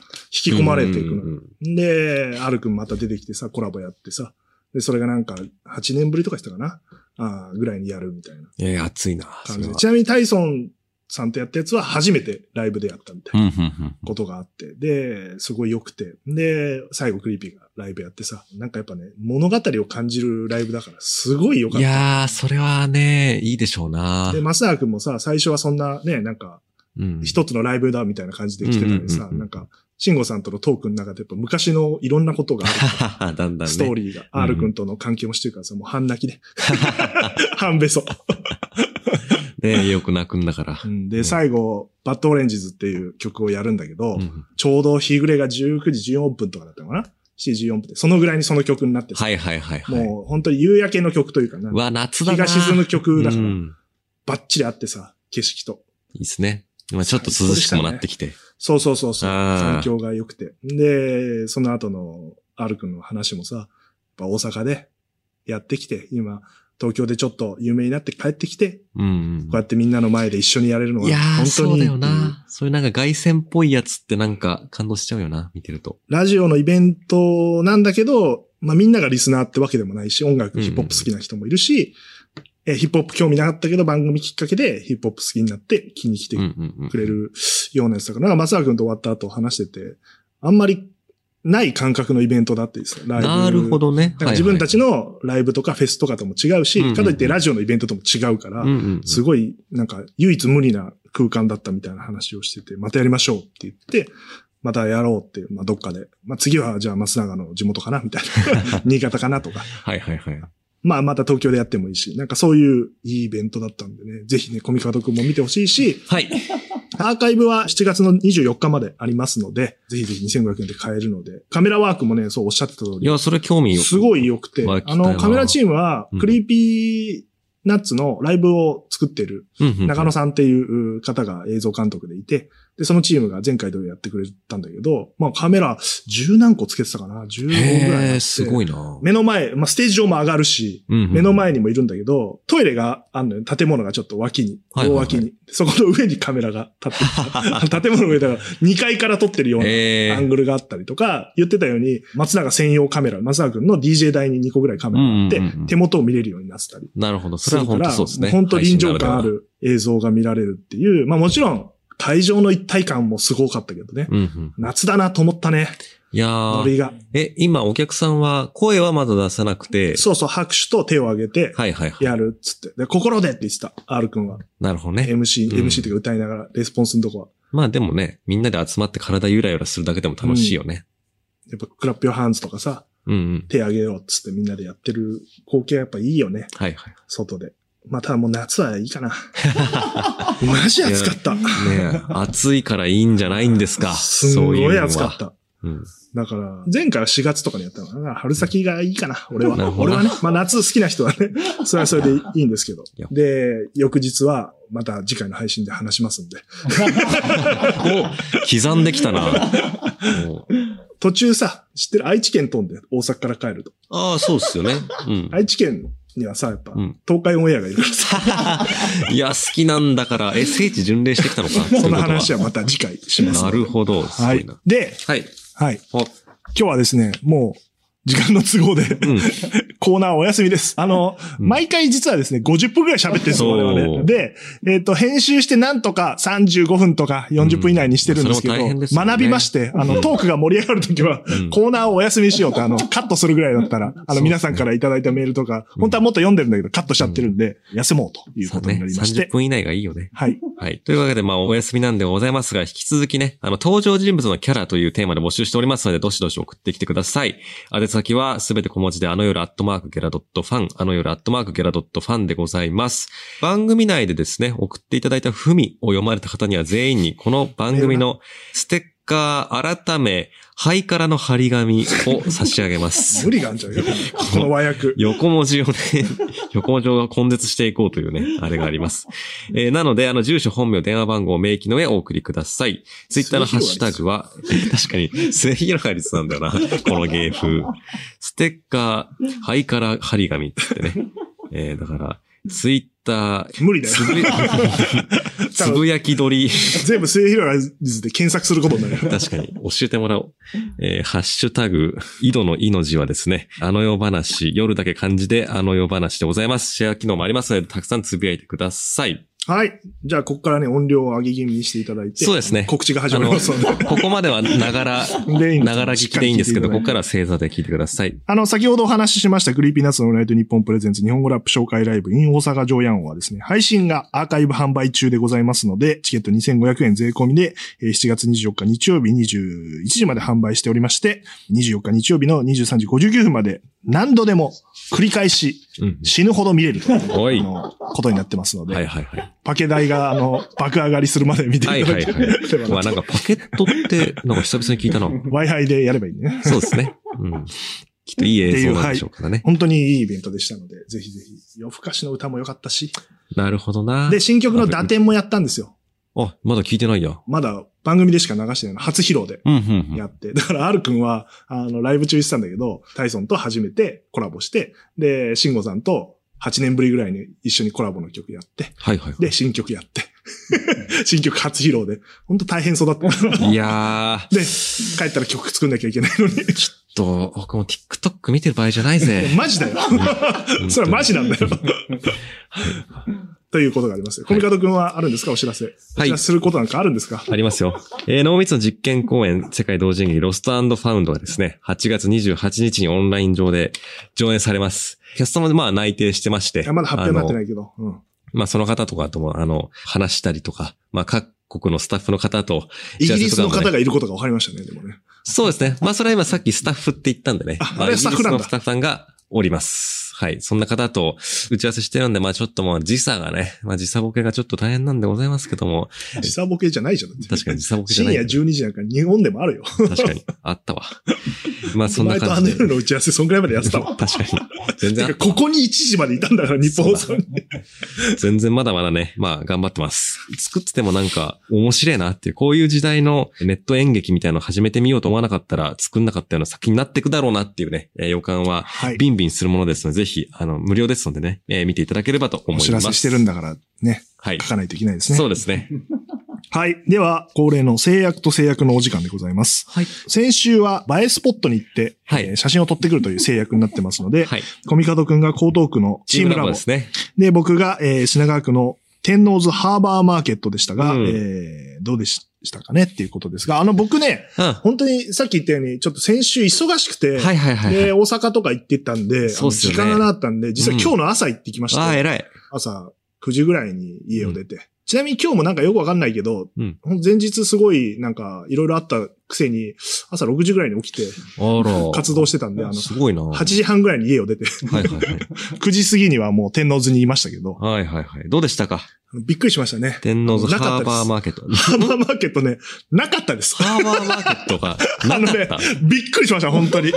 Speaker 1: 引き込まれていく
Speaker 2: うんうん
Speaker 1: の。
Speaker 2: うん
Speaker 1: で、あるくんまた出てきてさ、コラボやってさ。で、それがなんか、8年ぶりとかしたかな。ああ、ぐらいにやるみたいない
Speaker 2: やいや、熱いな。
Speaker 1: 感じ
Speaker 2: それ
Speaker 1: で。
Speaker 2: は
Speaker 1: ちなみにタイソンさんとやったやつは初めてライブでやったみたいな
Speaker 2: うんうんうん。
Speaker 1: ことがあって、で、すごい良くて、で、最後クリーピーがライブやってさ、なんかやっぱね、物語を感じるライブだから、すごい良か
Speaker 2: い
Speaker 1: っ
Speaker 2: やー、それはね、いいでしょうな
Speaker 1: た。で、。松永くんもさ、最初はそんなね、なんか、
Speaker 2: うん
Speaker 1: 一つのライブだみたいな感じで来てたのに
Speaker 2: うんうんうん
Speaker 1: さ、
Speaker 2: うん
Speaker 1: なんか、慎吾さんとのトークの中でやっぱ昔のいろんなことがあるから
Speaker 2: だんだんね。
Speaker 1: ストーリーが、
Speaker 2: うん
Speaker 1: R くんとの関係もしてるからさ、もう半泣 きで。半べそ。
Speaker 2: ね、よく泣くんだから
Speaker 1: う。ん
Speaker 2: う
Speaker 1: で、
Speaker 2: ん
Speaker 1: 最後、バッドオレンジズっていう曲をやるんだけど、
Speaker 2: うん
Speaker 1: ちょうど日暮れが19時14分とかだったのかな ?7 時14分で。そのぐらいにその曲になってさ
Speaker 2: はいはいはいはい。
Speaker 1: もう本当に夕焼けの曲というかな
Speaker 2: う。わ、夏だ
Speaker 1: 日
Speaker 2: な。
Speaker 1: が沈む曲だから
Speaker 2: う、ん
Speaker 1: バッチリあってさ、景色と。
Speaker 2: いいですね。今ちょっと涼しくもなってきて。
Speaker 1: そうそうそうそう。
Speaker 2: あ
Speaker 1: 環
Speaker 2: ー
Speaker 1: 境が良くて。で、その後の R くんの話もさ、やっぱ大阪でやってきて、今、東京でちょっと有名になって帰ってきて、
Speaker 2: うん
Speaker 1: こうやってみんなの前で一緒にやれるの
Speaker 2: うん。
Speaker 1: はい
Speaker 2: やー、
Speaker 1: 本
Speaker 2: そ
Speaker 1: 当
Speaker 2: う
Speaker 1: に
Speaker 2: だ
Speaker 1: いい
Speaker 2: よな。そういうなんか外線っぽいやつってなんか感動しちゃうよな、見てると。
Speaker 1: ラジオのイベントなんだけど、まあみんながリスナーってわけでもないし、音楽、ヒップホップ好きな人もいるし、えーヒップホップ興味なかったけど番組きっかけでヒップホップ好きになって気に来て
Speaker 2: うんうんうん
Speaker 1: くれるようなやつだから、なんか松原君と終わった後話してて、あんまりない感覚のイベントだってですね、ライブ。
Speaker 2: なるほどね。
Speaker 1: なんか自分た
Speaker 2: ち、
Speaker 1: ちのライブとかフェスとかとも違うし、
Speaker 2: うんうんうん
Speaker 1: かといってラジオのイベントとも違うから、
Speaker 2: うんうんうん
Speaker 1: すごい、なんか、唯一無二な空間だったみたいな話をしてて、またやりましょうって言って、またやろうって、まあ、どっかで。まあ、次は、じゃあ、松永の地元かなみたい な。新潟かなとか。
Speaker 2: はいはいはい。
Speaker 1: まあ、また東京でやってもいいし、なんかそういういいイベントだったんでね、ぜひね、コミカドくんも見てほしいし、
Speaker 2: はい。
Speaker 1: アーカイブは7月の24日までありますので、ぜひぜひ2500円で買えるので、カメラワークもね、そうおっしゃってた通
Speaker 2: い
Speaker 1: り、
Speaker 2: や、それ興味
Speaker 1: すごい
Speaker 2: よ。
Speaker 1: 良くて
Speaker 2: わ、あ
Speaker 1: あの、
Speaker 2: 聞きたいな
Speaker 1: カメラチームは
Speaker 2: うん、
Speaker 1: クリーピーナッツのライブを作ってる
Speaker 2: うんうんうん
Speaker 1: 中野さんっていう方が映像監督でいて、で、そのチームが前回でやってくれたんだけど、まあカメラ10何個つけてたかな ?15 ぐらいあっ
Speaker 2: へ
Speaker 1: て。
Speaker 2: え、すごいな。
Speaker 1: 目の前、まあステージ上も上がるし、目
Speaker 2: 目
Speaker 1: の前にもいるんだけど、トイレがあんのよ。建物がちょっと脇に、
Speaker 2: はい
Speaker 1: 大
Speaker 2: はいはい
Speaker 1: 脇に。そこの上にカメラが立って る。建物の上だから2階から撮ってるような
Speaker 2: え
Speaker 1: アングルがあったりとか、言ってたように、松永専用カメラ、松永くんの DJ 台に2個ぐらいカメラがあって
Speaker 2: うんうんうんうん、
Speaker 1: 手元を見れるようになってたり。
Speaker 2: なるほど。そ
Speaker 1: す
Speaker 2: れは
Speaker 1: るか
Speaker 2: 本当
Speaker 1: ら、
Speaker 2: そうですね。
Speaker 1: 本当臨場
Speaker 2: 配信
Speaker 1: 感あ
Speaker 2: ならでは。
Speaker 1: る映像が見られるっていう、まあもちろん会場の一体感もすごかったけどね。
Speaker 2: うんうん。
Speaker 1: 夏だなと思ったね、
Speaker 2: いや
Speaker 1: ノ
Speaker 2: ー
Speaker 1: リが。
Speaker 2: え、今お客さんは、声はまだ出さなくて、
Speaker 1: そうそう、拍手と手を挙げて、
Speaker 2: はいはいはい。
Speaker 1: やるっつって。で、心でって言ってた、R 君は。
Speaker 2: なるほどね。
Speaker 1: MC、
Speaker 2: うん
Speaker 1: MC というか歌いながら、レスポンスのとこは。
Speaker 2: まあでもね、みんなで集まって体ゆらゆらするだけでも楽しいよね。
Speaker 1: やっぱ、クラップヨハンズとかさ、
Speaker 2: うんうん。
Speaker 1: 手挙げようっつってみんなでやってる光景はやっぱいいよね、
Speaker 2: はいはい。
Speaker 1: 外で。まあ、ただもう夏はいいか な。マジ暑かった。
Speaker 2: ねえ暑いからいいんじゃないんですか。
Speaker 1: す
Speaker 2: そ
Speaker 1: ん
Speaker 2: ういう
Speaker 1: ご
Speaker 2: の
Speaker 1: い
Speaker 2: は
Speaker 1: 暑かっ。た。
Speaker 2: うん。
Speaker 1: だから、前回は4月とかにやったのかな。春先がいいかな、俺は
Speaker 2: なる。ほど
Speaker 1: 俺
Speaker 2: な
Speaker 1: はね、まあ夏好きな人はね、それはそれでいいんですけど
Speaker 2: いや。
Speaker 1: で、翌日は、また次回の配信で話しますんで。
Speaker 2: お刻んで きたな。お
Speaker 1: 途中さ、知ってる愛知県飛んで、大阪から帰ると。
Speaker 2: ああ、そうっすよね。うん。
Speaker 1: 愛知県にはさ、やっぱ
Speaker 2: うん、
Speaker 1: 東海オンエアがいるからさ、
Speaker 2: いや、好きなんだから、え、聖地巡礼してきたのか。
Speaker 1: その話はまた次回します。
Speaker 2: なるほど。すご
Speaker 1: はいい
Speaker 2: な。。
Speaker 1: で、
Speaker 2: はい。
Speaker 1: はい。
Speaker 2: お
Speaker 1: 今日はですね、もう、時間の都合で、
Speaker 2: うん。
Speaker 1: コーナーお休みです。あの、
Speaker 2: うん
Speaker 1: 毎回実はですね、50分くらい喋ってるんですよ、
Speaker 2: そう
Speaker 1: 我々。で、えっ、と、編集してなんとか35分とか40分以内にしてるんですけど、
Speaker 2: うんそれも大変ですよね
Speaker 1: 学びまして、あの、トークが盛り上がるときは、
Speaker 2: うん
Speaker 1: コーナーをお休みしようと、あの、 カットするぐらいだったら、あの、皆さんからいただいたメールとか、
Speaker 2: うん
Speaker 1: 本当はもっと読んでるんだけど、カットしちゃってるんで、休もうという
Speaker 2: そ
Speaker 1: こ
Speaker 2: う
Speaker 1: とに
Speaker 2: ね。
Speaker 1: なりまして。
Speaker 2: 30分以内がいいよね。
Speaker 1: はい。
Speaker 2: はい。というわけで、まあ、お休みなんでございますが、引き続きね、あの、登場人物のキャラというテーマで募集しておりますので、どしどし送ってきてください。宛先は、すべて小文字で、あの夜アットマークゲラドットファン、あの夜アットマークゲラドットファンでございます。番組内でですね、送っていただいた文を読まれた方には全員に、この番組のステッカー改め、ハイカラの張り紙を差し上げます
Speaker 1: 無。理があるんじゃないか。この和訳。
Speaker 2: 横文字をね、 横文字を根絶していこうというね、あれがあります。えーなので、あの、住所、本名、電話番号を明記の上お送りください。ツイッターのハッシュタグは、 確かに、末広がりつなんだよな、この芸風。ステッカー、ハイカラ、張り紙っつってね。えーだから、ツイッター、
Speaker 1: 無理だよ
Speaker 2: つ。ぶや つぶやき鳥。
Speaker 1: 全部末広がりずで検索することになる。
Speaker 2: 確かに。教えてもらおう。えーハッシュタグ、井戸の井の字はですね、あの世話、夜だけ漢字であの世話でございます。シェア機能もありますので、たくさんつぶやいてください。
Speaker 1: はい。じゃあ、ここからね、音量を上げ気味にしていただいて。
Speaker 2: そうですね
Speaker 1: 告知が始まりますので。
Speaker 2: ここまではなが ら、
Speaker 1: でいいんで
Speaker 2: な
Speaker 1: す
Speaker 2: がら聞きでいいんですけど、
Speaker 1: しっかり聞いていただい
Speaker 2: こ
Speaker 1: て
Speaker 2: こから正座で聞いてください。
Speaker 1: あの、先ほどお話ししました、グリーピーナッツのオールナイトニッポンプレゼンツ日本語ラップ紹介ライブ in 大阪城ヤンはですね、配信がアーカイブ販売中でございますので、チケット2500円税込みで、えー7月24日日曜日21時まで販売しておりまして、24日日曜日の23時59分まで何度でも繰り返し
Speaker 2: うん。
Speaker 1: 死ぬほど見れるという
Speaker 2: おい
Speaker 1: あ。のことになってますので、
Speaker 2: はいはいはい。
Speaker 1: パケ代があの爆上がりするまで見て
Speaker 2: はい
Speaker 1: いただ
Speaker 2: はい
Speaker 1: け
Speaker 2: はい。
Speaker 1: れば
Speaker 2: まあ
Speaker 1: な
Speaker 2: なん
Speaker 1: と。
Speaker 2: かパケットって、なんか久々に聞いたな。
Speaker 1: Wi-Fi でやればいいね。
Speaker 2: そうですね。うん。きっといい映像なんでしょうからね。
Speaker 1: 本当にいいイベントでしたので、ぜひぜひ。夜更かしの歌も良かったし。
Speaker 2: なるほどな。
Speaker 1: で、新曲の打点もやったんですよ。
Speaker 2: あ、まだ聞いてないや。
Speaker 1: まだ番組でしか流してないの。初披露で
Speaker 2: うんうんうん。
Speaker 1: やって。だから、R くんは、あの、ライブ中にしてたんだけど、タイソンと初めてコラボして、で、シンゴさんと8年ぶりぐらいに一緒にコラボの曲やって、
Speaker 2: はいはいはい。
Speaker 1: で、新曲やって。新曲初披露で。ほんと大変そうだった。
Speaker 2: いやー。
Speaker 1: で、帰ったら曲作んなきゃいけないのに。。
Speaker 2: きっと、僕も TikTok 見てる場合じゃないぜ
Speaker 1: マジだよ。それはマジなんだよ。ということがあります。コミカド君はあるんですかお知らせ。お知らせすることなんかあるんですか
Speaker 2: ありますよ。えー、濃密の実験公演、世界同時演劇ロストファウンドがですね、8月28日にオンライン上で上演されます。キャストもまあ内定してまして。
Speaker 1: あまだ発表になって
Speaker 2: あの
Speaker 1: ないけど。うん
Speaker 2: まあその方とかとも、あの、話したりとか、まあ各国のスタッフの方と、
Speaker 1: イギリスの
Speaker 2: 打ち合わせとかも
Speaker 1: 方
Speaker 2: ね
Speaker 1: がいることが分かりましたね、でもね。
Speaker 2: そうですね。まあそれは今さっきスタッフって言ったんでね。
Speaker 1: あ
Speaker 2: ま
Speaker 1: あれスタッフなんだ
Speaker 2: イギリスのスタッフさんがおります。はい。そんな方と打ち合わせしてるんで、まあちょっともう時差がね、まあ時差ボケがちょっと大変なんでございますけども、
Speaker 1: 時差ボケじゃないじゃん。だって
Speaker 2: 確かに時差ボケじゃ
Speaker 1: 深
Speaker 2: ない
Speaker 1: 夜。12時なんか日本でもあるよ。
Speaker 2: 確かに。あったわ。ま あそんな
Speaker 1: 前とあ
Speaker 2: 感
Speaker 1: の
Speaker 2: じで
Speaker 1: 夜。の打ち合わせ、そんぐらいまでやってたわ。
Speaker 2: 確かに。全
Speaker 1: て
Speaker 2: 然
Speaker 1: か、ここに1時までいたんだから、日本放送に。
Speaker 2: 全然まだまだね、まあ頑張ってます。作っててもなんか面白いなっていう、こういう時代のネット演劇みたいなのを始めてみようと思わなかったら作んなかったような作品になっていくだろうなっていうね、えー予感は
Speaker 1: はい。
Speaker 2: ビンビンするものですので、ぜひ、あの、無料ですのでね、えー見ていただければと
Speaker 1: お
Speaker 2: 思います。
Speaker 1: 知らせしてるんだから、ね、
Speaker 2: はい
Speaker 1: 書。かないといけないですね。
Speaker 2: そうですね。
Speaker 1: はい。では、恒例の制約と制約のお時間でございます。
Speaker 2: はい。
Speaker 1: 先週は映えスポットに行って、
Speaker 2: はい
Speaker 1: えー写真を撮ってくるという制約になってますので、
Speaker 2: はい。
Speaker 1: コミカドくんが江東区のチームラボ、
Speaker 2: ですね。
Speaker 1: で、僕が、えー品川区の天王洲ハーバーマーケットでしたが、
Speaker 2: うん
Speaker 1: えーどうでしたかねっていうことですが、あの僕ね、
Speaker 2: うん。は
Speaker 1: 本当にさっき言ったように、ちょっと先週忙しくて、
Speaker 2: いはいはいはい。
Speaker 1: で、大阪とか行ってたんで、
Speaker 2: そうっすよね
Speaker 1: あの時間がなかったんで、実は今日の朝行ってきまし
Speaker 2: あ
Speaker 1: た、
Speaker 2: あ、偉い。
Speaker 1: 朝9時ぐらいに家を出て。ちなみに今日もなんかよくわかんないけど、
Speaker 2: うん
Speaker 1: ほん前日すごいなんかいろいろあったくせに、朝6時ぐらいに起きて
Speaker 2: あら。
Speaker 1: 活動してたんで、あの、
Speaker 2: すごいな。
Speaker 1: 8時半ぐらいに家を出て、
Speaker 2: はいはいはい。
Speaker 1: 9時過ぎにはもう天王洲にいましたけど、
Speaker 2: はいはいはい。どうでしたか
Speaker 1: びっくりしました ね。
Speaker 2: 天皇洲
Speaker 1: なか
Speaker 2: ハ
Speaker 1: ったで
Speaker 2: ー
Speaker 1: す
Speaker 2: バーマーケット。
Speaker 1: ハーバーマーケットね、なかったです。
Speaker 2: ハーバーマーケット が なかった。
Speaker 1: びっくりしました、本当に。